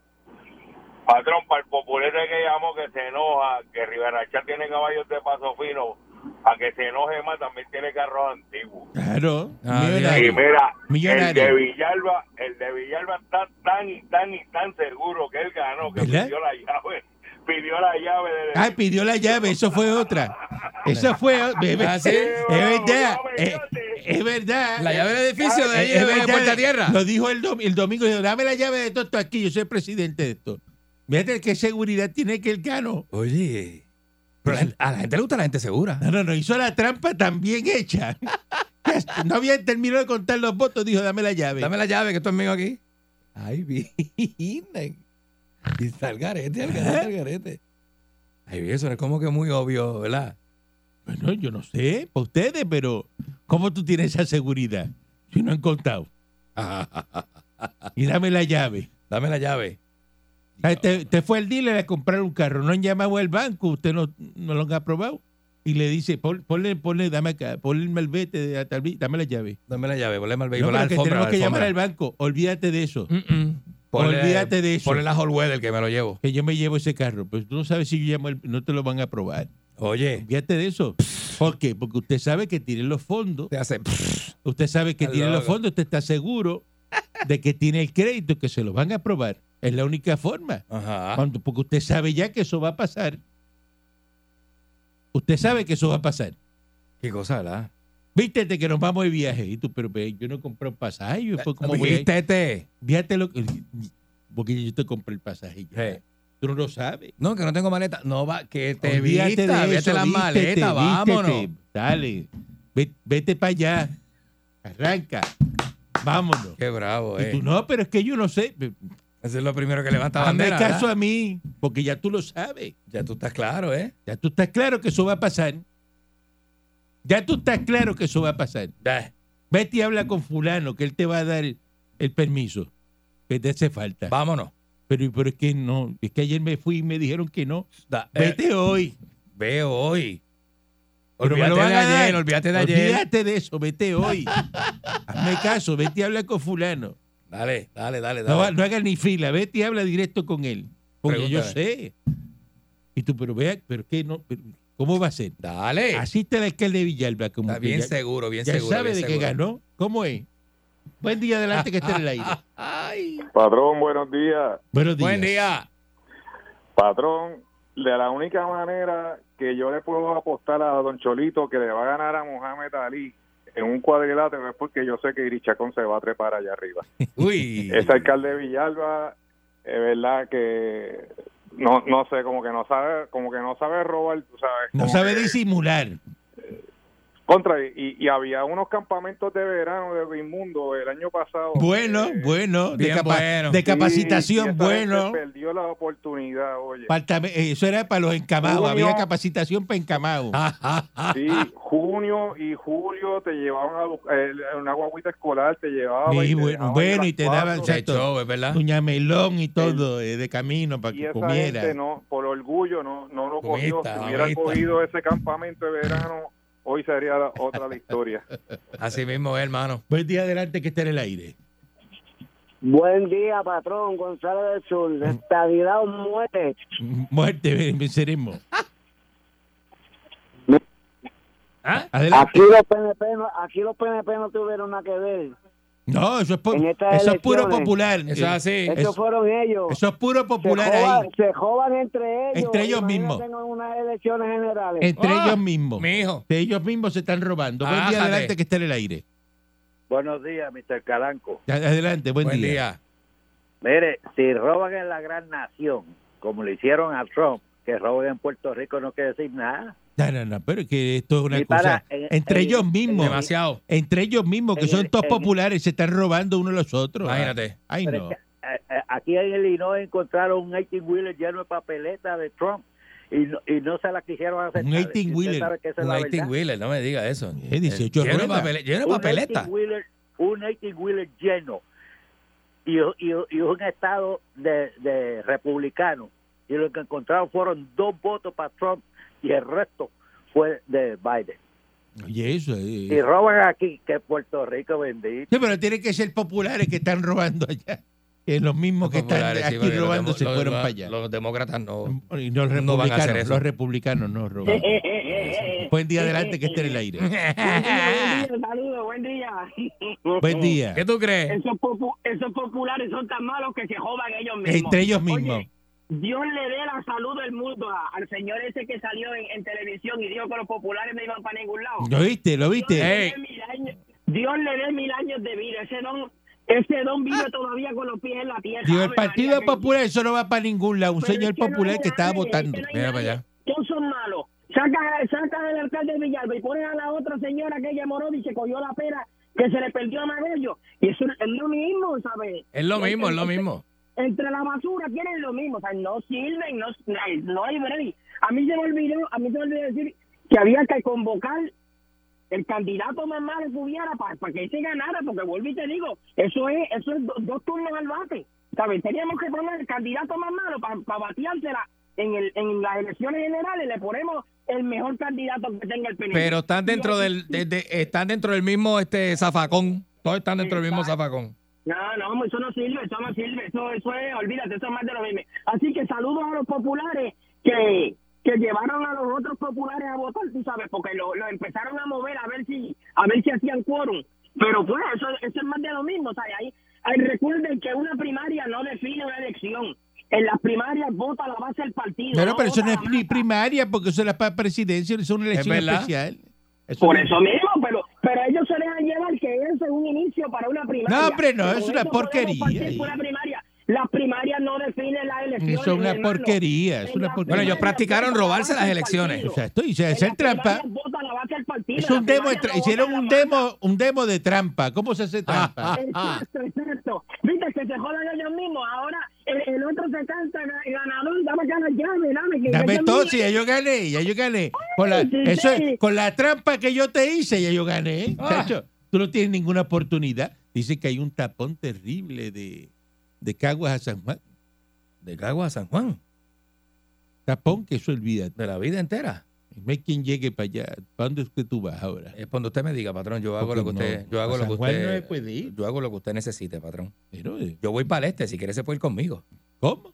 [SPEAKER 9] Patrón, para el populete que llamó que se enoja, que Rivera Chat tiene caballos de paso fino, a que se enoje más también tiene carros antiguos.
[SPEAKER 4] Claro.
[SPEAKER 3] Ah,
[SPEAKER 9] Y
[SPEAKER 4] millonario.
[SPEAKER 9] mira, el de
[SPEAKER 4] Millonario.
[SPEAKER 9] Villalba, el de Villalba está tan y tan y tan seguro que él ganó, que
[SPEAKER 4] ¿Verdad?
[SPEAKER 9] pidió la llave, pidió la llave del
[SPEAKER 4] Ah, pidió la llave, eso fue otra. Eso fue o- es ver-
[SPEAKER 3] Ah, sí.
[SPEAKER 4] Es verdad. Es, es verdad.
[SPEAKER 3] La llave del edificio de ahí
[SPEAKER 4] Es
[SPEAKER 3] de
[SPEAKER 4] verdad.
[SPEAKER 3] Puerta Tierra.
[SPEAKER 4] Lo dijo el, dom- el domingo. Dijo, dame la llave de todo esto aquí, yo soy el presidente de esto. Fíjate qué seguridad tiene que el gano.
[SPEAKER 3] Oye. Pero la- a la gente le gusta la gente segura.
[SPEAKER 4] No, no, no, hizo la trampa tan bien hecha. No había terminado de contar los votos, dijo, dame la llave.
[SPEAKER 3] Dame la llave que esto es mío aquí. Ay, bien. Y está el garete, el garete, el garete. Ay, bien, eso es como que muy obvio, ¿verdad?
[SPEAKER 4] Bueno, yo no sé, para ustedes, pero ¿cómo tú tienes esa seguridad? Si no han contado. Y dame la llave.
[SPEAKER 3] Dame la llave.
[SPEAKER 4] Ah, Te, te fue el dealer a comprar un carro, no han llamado al banco, usted no, no lo han aprobado. Y le dice, pon- ponle, ponle, dame acá, ponle el malvete, de la tablilla, dame la llave.
[SPEAKER 3] Dame la llave, ponle mal
[SPEAKER 4] No,
[SPEAKER 3] vehículo.
[SPEAKER 4] pero que tenemos que llamar al banco, olvídate de eso,
[SPEAKER 3] Mm.
[SPEAKER 4] olvídate de eso,
[SPEAKER 3] Ponle la All Weather que me lo llevo.
[SPEAKER 4] que yo me llevo ese carro. Pues tú no sabes si yo llamo, al- no te lo van a aprobar.
[SPEAKER 3] Oye,
[SPEAKER 4] Olvídate de eso. ¿Por qué? Porque usted sabe que tiene los fondos,
[SPEAKER 3] te hace.
[SPEAKER 4] usted sabe que
[SPEAKER 3] Está
[SPEAKER 4] tiene los
[SPEAKER 3] loco.
[SPEAKER 4] fondos, usted está seguro de que tiene el crédito, que se los van a aprobar. Es la única forma.
[SPEAKER 3] Ajá.
[SPEAKER 4] Cuando- porque usted sabe ya que eso va a pasar. Usted sabe que eso va a pasar.
[SPEAKER 3] Qué cosa, ¿verdad?
[SPEAKER 4] Vístete que nos vamos de viaje. Y tú, pero, pero, yo no compré un pasaje. Yo, pues, ¿cómo voy a ir?
[SPEAKER 3] Vístete.
[SPEAKER 4] Víate lo que- Porque yo te compré el pasaje. ya. Tú no lo sabes.
[SPEAKER 3] No, que no tengo maleta. No va, que te
[SPEAKER 4] Olvídate
[SPEAKER 3] vista,
[SPEAKER 4] de
[SPEAKER 3] vístete
[SPEAKER 4] eso,
[SPEAKER 3] las
[SPEAKER 4] vístete,
[SPEAKER 3] maletas,
[SPEAKER 4] vístete.
[SPEAKER 3] vámonos.
[SPEAKER 4] Dale. Ve- Vete para allá. Arranca. Vámonos.
[SPEAKER 3] Qué bravo,
[SPEAKER 4] Y
[SPEAKER 3] eh.
[SPEAKER 4] tú, no, pero es que yo no sé.
[SPEAKER 3] Eso es lo primero que levanta
[SPEAKER 4] Hazme
[SPEAKER 3] bandera.
[SPEAKER 4] caso
[SPEAKER 3] ¿verdad?
[SPEAKER 4] a mí. Porque ya tú lo sabes.
[SPEAKER 3] Ya tú estás claro, ¿eh?
[SPEAKER 4] Ya tú estás claro que eso va a pasar. Ya tú estás claro que eso va a pasar.
[SPEAKER 3] Ya.
[SPEAKER 4] Vete y habla con fulano, que él te va a dar el, el permiso que te hace falta.
[SPEAKER 3] Vámonos.
[SPEAKER 4] Pero, pero es que no, es que ayer me fui y me dijeron que no.
[SPEAKER 3] Da- eh,
[SPEAKER 4] Vete hoy.
[SPEAKER 3] Veo hoy.
[SPEAKER 4] Pero me
[SPEAKER 3] Olvídate
[SPEAKER 4] lo
[SPEAKER 3] de
[SPEAKER 4] van a
[SPEAKER 3] ayer,
[SPEAKER 4] dar.
[SPEAKER 3] olvídate de ayer.
[SPEAKER 4] Olvídate de eso, vete hoy. Hazme caso, vete y habla con fulano.
[SPEAKER 3] Dale, dale, dale,
[SPEAKER 4] No,
[SPEAKER 3] dale.
[SPEAKER 4] ha- no hagas ni fila, vete y habla directo con él. Porque yo sé. Y tú, pero vea, pero que no, pero, ¿cómo va a ser?
[SPEAKER 3] Dale.
[SPEAKER 4] Asiste al alcalde de Villalba. Como
[SPEAKER 3] Eh. Está
[SPEAKER 4] que
[SPEAKER 3] bien
[SPEAKER 4] Ah, ya-
[SPEAKER 3] seguro, bien
[SPEAKER 4] ya
[SPEAKER 3] seguro.
[SPEAKER 4] sabe
[SPEAKER 3] bien
[SPEAKER 4] de que
[SPEAKER 3] seguro.
[SPEAKER 4] ganó. ¿Cómo es? Buen día, adelante que esté en el aire.
[SPEAKER 3] Ay.
[SPEAKER 9] Patrón, buenos días.
[SPEAKER 4] Buenos días.
[SPEAKER 3] Buen día.
[SPEAKER 9] Patrón, de la única manera que yo le puedo apostar a Don Cholito que le va a ganar a Mohamed Ali en un cuadrilátero es porque yo sé que Irichacón se va a trepar allá arriba.
[SPEAKER 3] Uy.
[SPEAKER 9] Ese alcalde de Villalba, es verdad que no, no sé, como que no sabe, como que no sabe robar, tú sabes.
[SPEAKER 4] No
[SPEAKER 9] como
[SPEAKER 4] sabe
[SPEAKER 9] que-
[SPEAKER 4] disimular.
[SPEAKER 9] Contra, y, y había unos campamentos de verano de Raimundo el año pasado.
[SPEAKER 4] Bueno,
[SPEAKER 9] Eh,
[SPEAKER 4] bueno. De,
[SPEAKER 3] bien
[SPEAKER 4] capa-
[SPEAKER 3] bueno.
[SPEAKER 4] de
[SPEAKER 9] sí, y
[SPEAKER 4] capacitación,
[SPEAKER 9] esa
[SPEAKER 4] bueno.
[SPEAKER 9] gente Perdió la oportunidad, oye.
[SPEAKER 4] Falta- eh, eso era para los encamados.
[SPEAKER 9] Julio.
[SPEAKER 4] Había capacitación para encamados.
[SPEAKER 3] Ah.
[SPEAKER 9] Sí, junio y julio te llevaban a bu- eh, una guaguita escolar, te llevaban.
[SPEAKER 4] Sí, bueno, bueno, y te daban-
[SPEAKER 3] Se echó, es ¿verdad?
[SPEAKER 4] Doña Melón y todo, eh, de camino para
[SPEAKER 9] Y
[SPEAKER 4] que
[SPEAKER 9] esa
[SPEAKER 4] comiera.
[SPEAKER 9] gente no, por orgullo no, no lo cogió.
[SPEAKER 3] Comista,
[SPEAKER 9] si hubiera
[SPEAKER 3] comista.
[SPEAKER 9] cogido ese campamento de verano, hoy sería la- otra la historia.
[SPEAKER 3] Así mismo, es, hermano.
[SPEAKER 4] Buen día, adelante que esté en el aire.
[SPEAKER 11] Buen día, patrón. Gonzalo del Sur. Estabilidad o muerte.
[SPEAKER 4] M- Mm. Muerte, ven- venceremos.
[SPEAKER 12] ¿Ah?
[SPEAKER 4] Adelante.
[SPEAKER 11] Aquí los PNP no, aquí los PNP no tuvieron nada que ver.
[SPEAKER 4] No, eso es, pu-
[SPEAKER 11] En estas
[SPEAKER 4] eso es puro
[SPEAKER 11] elecciones.
[SPEAKER 4] popular. Eh,
[SPEAKER 3] Eso es así.
[SPEAKER 11] Estos
[SPEAKER 4] Eso,
[SPEAKER 11] fueron ellos.
[SPEAKER 4] eso es puro
[SPEAKER 11] se,
[SPEAKER 4] popular ahí.
[SPEAKER 11] jodan, se jodan entre ellos.
[SPEAKER 4] Entre ellos
[SPEAKER 11] Imagínate
[SPEAKER 4] mismos.
[SPEAKER 11] En unas elecciones generales.
[SPEAKER 4] Entre
[SPEAKER 3] Ah,
[SPEAKER 4] ellos mismos.
[SPEAKER 3] Mi hijo.
[SPEAKER 4] De ellos mismos se están robando. Buen día,
[SPEAKER 3] Ájate.
[SPEAKER 4] adelante que esté en el aire.
[SPEAKER 11] Buenos días, Mr. Calanco.
[SPEAKER 4] Adelante, buen,
[SPEAKER 3] Buen,
[SPEAKER 4] día.
[SPEAKER 3] día.
[SPEAKER 11] Mire, si roban en la gran nación, como le hicieron a Trump, que roben en Puerto Rico no quiere decir nada.
[SPEAKER 4] No, no, no, pero es que esto es una
[SPEAKER 11] Y
[SPEAKER 4] cosa.
[SPEAKER 11] para, eh,
[SPEAKER 4] entre
[SPEAKER 11] eh,
[SPEAKER 4] ellos mismos.
[SPEAKER 3] Demasiado.
[SPEAKER 4] entre ellos mismos, que
[SPEAKER 11] en
[SPEAKER 4] son
[SPEAKER 11] el-
[SPEAKER 4] todos
[SPEAKER 11] en-
[SPEAKER 4] populares, se están robando uno a los otros.
[SPEAKER 3] Imagínate.
[SPEAKER 4] Ay,
[SPEAKER 11] Pero
[SPEAKER 4] no.
[SPEAKER 11] es que, eh, eh, aquí en Illinois encontraron un 18 wheeler lleno de papeletas de Trump
[SPEAKER 13] y no, y no se la quisieron hacer.
[SPEAKER 3] Un 18-wheeler. Un 18-wheeler, no me diga eso.
[SPEAKER 4] Eh,
[SPEAKER 3] Es 18 lleno,
[SPEAKER 13] ruedas.
[SPEAKER 3] papele- lleno de papeleta.
[SPEAKER 13] Un 18-wheeler lleno y, y, y un estado de, de republicano. Y lo que encontraron fueron dos votos para Trump y el resto fue de Biden.
[SPEAKER 4] Oye, eso. eh.
[SPEAKER 13] Si roban aquí, que Puerto Rico bendito.
[SPEAKER 4] Sí, pero tiene que ser populares que están robando allá. Eh, los mismos que están
[SPEAKER 3] Populares, sí,
[SPEAKER 4] aquí
[SPEAKER 3] porque los
[SPEAKER 4] robando
[SPEAKER 3] demo-
[SPEAKER 4] se
[SPEAKER 3] los-
[SPEAKER 4] fueron
[SPEAKER 3] los-
[SPEAKER 4] para allá.
[SPEAKER 3] Los demócratas no.
[SPEAKER 4] Y no, los
[SPEAKER 3] no van a hacer
[SPEAKER 4] republicanos,
[SPEAKER 3] eso.
[SPEAKER 4] los republicanos no roban. Buen día adelante que esté en el aire.
[SPEAKER 14] Saludos, buen día.
[SPEAKER 4] Buen día. ¿Qué tú crees?
[SPEAKER 14] Esos, popu- esos populares son tan malos que se jodan ellos mismos.
[SPEAKER 4] Entre ellos mismos.
[SPEAKER 14] Oye, Dios le dé la salud del mundo a- al señor ese que salió en, en televisión y dijo que los populares no iban para ningún lado.
[SPEAKER 4] ¿Lo viste? ¿Lo viste?
[SPEAKER 14] Dios, le dé mil años, Dios le dé mil años de vida. Ese don, ese don vive todavía con los pies en la tierra.
[SPEAKER 4] Digo, el
[SPEAKER 14] Ave María,
[SPEAKER 4] Partido
[SPEAKER 14] que-
[SPEAKER 4] Popular, eso no va para ningún lado. Un
[SPEAKER 14] Pero
[SPEAKER 4] señor
[SPEAKER 14] es que no
[SPEAKER 4] popular
[SPEAKER 14] hay
[SPEAKER 4] que estaba
[SPEAKER 14] nadie, es que
[SPEAKER 4] votando.
[SPEAKER 14] no hay Mira para nadie. allá. Todos son malos. Saca, saca del alcalde de Villalba y pones a la otra señora que ella moró y se cogió la pera que se le perdió a Magallo. Y eso es lo mismo, ¿sabes?
[SPEAKER 3] Es lo mismo, es lo
[SPEAKER 14] Entre-
[SPEAKER 3] mismo.
[SPEAKER 14] Entre la basura tienen lo mismo, o sea, no sirven, no, no hay- no hay break. Ah, A mí se me olvidó, a mí se me olvidó decir que había que convocar el candidato más malo que hubiera para que se ganara, porque vuelvo y te digo, eso es, eso es do- dos turnos al bate. ¿Sabes? Teníamos que poner el candidato más malo para bateársela en, el, en las elecciones generales, le ponemos el mejor candidato que tenga el PNP.
[SPEAKER 3] Pero están dentro del, de- de- están dentro del mismo este zafacón. Todos están dentro del mismo zafacón.
[SPEAKER 14] No, no, eso no sirve, eso no sirve, eso, eso es, olvídate, eso es más de lo mismo. Así que saludos a los populares que, que llevaron a los otros populares a votar, tú sabes, porque lo, lo empezaron a mover a ver si a ver si hacían quórum. Pero pues eso, eso es más de lo mismo, ¿sabes? Ahí, ahí recuerden que una primaria no define una elección. En las primarias vota la base del partido.
[SPEAKER 4] Claro,
[SPEAKER 14] ¿no?
[SPEAKER 4] pero eso
[SPEAKER 14] vota
[SPEAKER 4] no es
[SPEAKER 14] la-
[SPEAKER 4] ni primaria, porque eso es para presidencia, es una elección
[SPEAKER 14] verdad.
[SPEAKER 4] especial.
[SPEAKER 14] Por
[SPEAKER 4] no-
[SPEAKER 14] eso mismo, pero, pero ellos se dejan llevar que eso es un inicio para una primaria.
[SPEAKER 4] No, hombre, no,
[SPEAKER 14] Con
[SPEAKER 4] es una
[SPEAKER 14] eso podemos
[SPEAKER 4] porquería.
[SPEAKER 14] partir por Una primaria. Las primarias no definen las elecciones.
[SPEAKER 4] Eso es una
[SPEAKER 14] hermano.
[SPEAKER 4] porquería, es una porquería.
[SPEAKER 3] Bueno, ellos practicaron robarse las elecciones.
[SPEAKER 4] Exacto, y se- hacer trampa.
[SPEAKER 14] Vota la base del partido.
[SPEAKER 4] Es
[SPEAKER 14] la
[SPEAKER 4] un demo, de
[SPEAKER 14] primaria
[SPEAKER 4] tra-
[SPEAKER 14] no
[SPEAKER 4] hicieron un demo, un demo de trampa. ¿Cómo se hace trampa?
[SPEAKER 14] Ah, Exacto, exacto. Viste que se jodan ellos mismos. Ahora el, el otro se canta ga- ganador, dame acá la llave, dame que
[SPEAKER 4] Dame
[SPEAKER 14] que-
[SPEAKER 4] todo, si ya yo gané, ya yo gané. Con la,
[SPEAKER 14] sí,
[SPEAKER 4] eso es-
[SPEAKER 14] sí.
[SPEAKER 4] con la trampa que yo te hice, ya yo gané.
[SPEAKER 3] Ah.
[SPEAKER 4] chacho. tú no tienes ninguna oportunidad. Dice que hay un tapón terrible de, de Caguas a San Juan.
[SPEAKER 3] De Caguas a San Juan.
[SPEAKER 4] Tapón que eso olvida.
[SPEAKER 3] De la vida entera. Eh.
[SPEAKER 4] No hay quien llegue para allá. ¿Para dónde es que tú vas ahora?
[SPEAKER 3] Es cuando usted me diga, patrón, yo hago
[SPEAKER 4] Porque
[SPEAKER 3] lo que usted,
[SPEAKER 4] no,
[SPEAKER 3] yo hago
[SPEAKER 4] a
[SPEAKER 3] lo
[SPEAKER 4] San
[SPEAKER 3] que
[SPEAKER 4] Juan
[SPEAKER 3] usted,
[SPEAKER 4] no se puede ir.
[SPEAKER 3] yo hago lo que usted necesite, patrón.
[SPEAKER 4] Pero, eh,
[SPEAKER 3] Yo voy para el este, si quiere se puede ir conmigo.
[SPEAKER 4] ¿Cómo?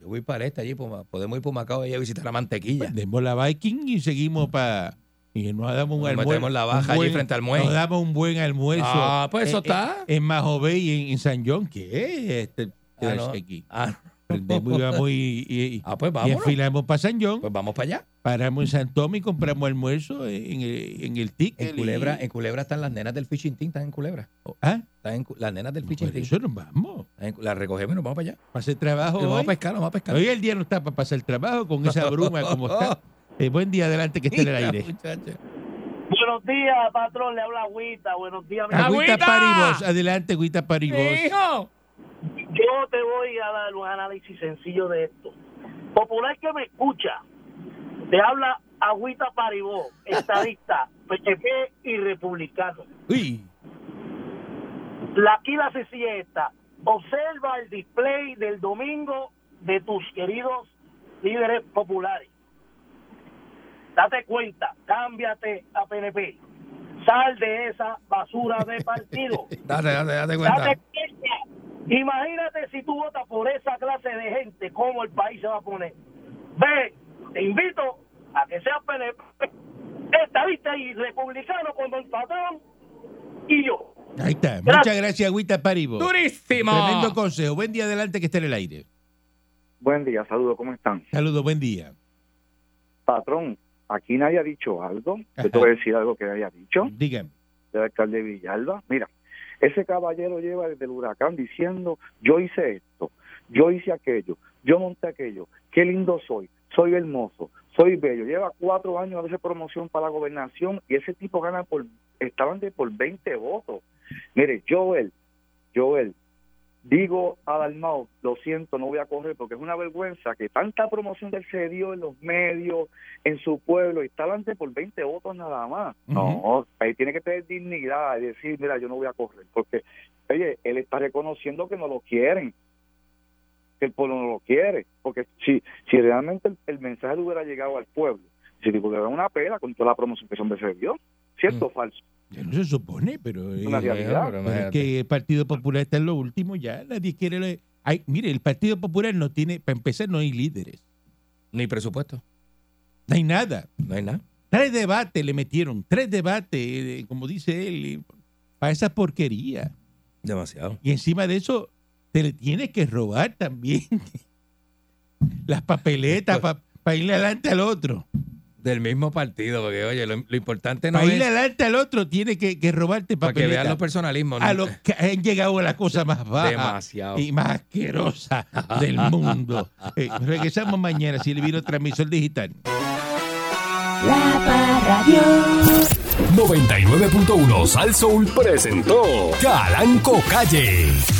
[SPEAKER 3] Yo voy para el este allí, por Ma- podemos ir por Macao allí a visitar la mantequilla.
[SPEAKER 4] Demos la Viking y seguimos para. Y nos damos un
[SPEAKER 3] Nos
[SPEAKER 4] almuerzo.
[SPEAKER 3] metemos la baja
[SPEAKER 4] un
[SPEAKER 3] allí frente al muelle.
[SPEAKER 4] Nos damos un buen almuerzo.
[SPEAKER 3] Ah, pues eso
[SPEAKER 4] en-
[SPEAKER 3] está.
[SPEAKER 4] En, en Majobé y en, en San John, que es este
[SPEAKER 3] Ah, no.
[SPEAKER 4] aquí.
[SPEAKER 3] Ah,
[SPEAKER 4] Prendemos y vamos y, y- y-
[SPEAKER 3] Ah, pues
[SPEAKER 4] y
[SPEAKER 3] vámonos.
[SPEAKER 4] enfilamos para San John.
[SPEAKER 3] Pues vamos para allá.
[SPEAKER 4] Paramos en San Tomé y compramos almuerzo en el, en el ticket.
[SPEAKER 3] En Culebra, en Culebra están las nenas del Fishing Team, están en Culebra. Oh,
[SPEAKER 4] ¿Ah?
[SPEAKER 3] Están en Cu- las nenas del Fishing
[SPEAKER 4] Por
[SPEAKER 3] Team.
[SPEAKER 4] eso nos vamos.
[SPEAKER 3] Están en Cu- Las recogemos y nos vamos para allá.
[SPEAKER 4] Para hacer trabajo.
[SPEAKER 3] Y vamos
[SPEAKER 4] hoy.
[SPEAKER 3] a pescar, vamos a pescar.
[SPEAKER 4] Hoy el día no está para pasar trabajo con esa bruma como está. Eh, buen día, adelante que esté en el aire.
[SPEAKER 11] Buenos días, patrón. Le habla Agüita. Buenos días, mi
[SPEAKER 4] Agüita Paribos, adelante, Agüita Paribos.
[SPEAKER 11] Hijo. Yo te voy a dar un análisis sencillo de esto. Popular que me escucha, te habla Agüita Paribó, estadista, PCP y republicano.
[SPEAKER 4] Uy.
[SPEAKER 11] La, aquí la sencilla es esta. Observa el display del domingo de tus queridos líderes populares. Date cuenta, cámbiate a PNP. Sal de esa basura de partido.
[SPEAKER 3] Date, date, date cuenta.
[SPEAKER 11] Date cuenta. Imagínate si tú votas por esa clase de gente, cómo el país se va a poner. Ve, te invito a que seas PNP, estadista y republicano con Don Patrón y yo.
[SPEAKER 4] Ahí está. Muchas gracias, Agüita Paribos.
[SPEAKER 11] Durísimo.
[SPEAKER 4] Tremendo consejo. Buen día, adelante que esté en el aire.
[SPEAKER 15] Buen día, saludos, ¿cómo están?
[SPEAKER 4] Saludos, buen día.
[SPEAKER 15] Patrón, aquí nadie ha dicho algo. Yo te voy a decir algo que haya dicho.
[SPEAKER 4] Dígame.
[SPEAKER 15] Del alcalde Villalba. Mira, ese caballero lleva desde el huracán diciendo: Yo hice esto, yo hice aquello, yo monté aquello, qué lindo soy, soy hermoso, soy bello. Lleva cuatro años de promoción para la gobernación y ese tipo gana por, estaban de por 20 votos. Mire, Joel, Joel,
[SPEAKER 9] Digo a Dalmau, lo siento, no voy a correr porque es una vergüenza que tanta promoción del se dio en los medios, en su pueblo, y está adelante por 20 votos nada más. No, ahí tiene que tener dignidad y decir, mira, yo no voy a correr porque, oye, él está reconociendo que no lo quieren, que el pueblo no lo quiere, porque si, si realmente el, el mensaje le hubiera llegado al pueblo, si le hubiera dado una pela con toda la promoción que se dio, ¿cierto o falso?
[SPEAKER 4] Ya no se supone, pero, eh,
[SPEAKER 9] Una realidad.
[SPEAKER 4] pero es que el Partido Popular está en lo último, ya nadie quiere... la- Ay, mire, el Partido Popular no tiene, para empezar, no hay líderes.
[SPEAKER 3] Ni presupuesto.
[SPEAKER 4] No hay nada.
[SPEAKER 3] No hay nada.
[SPEAKER 4] Tres debates le metieron, tres debates, eh, como dice él, eh, para esa porquería.
[SPEAKER 3] Demasiado.
[SPEAKER 4] Y encima de eso, te le tienes que robar también las papeletas para irle adelante al otro.
[SPEAKER 3] Del mismo partido, porque oye, lo, lo importante no
[SPEAKER 4] para irle
[SPEAKER 3] es
[SPEAKER 4] adelante al otro, tiene que, que robarte
[SPEAKER 3] para que
[SPEAKER 4] papeletas.
[SPEAKER 3] vean los personalismos.
[SPEAKER 4] a
[SPEAKER 3] ¿no?
[SPEAKER 4] los que han llegado a la cosa más baja
[SPEAKER 3] Demasiado.
[SPEAKER 4] y más asquerosa del mundo. Eh, regresamos mañana si le vino transmisor digital.
[SPEAKER 2] La Parradio.
[SPEAKER 1] 99.1 Sal Soul presentó Calanco Calle.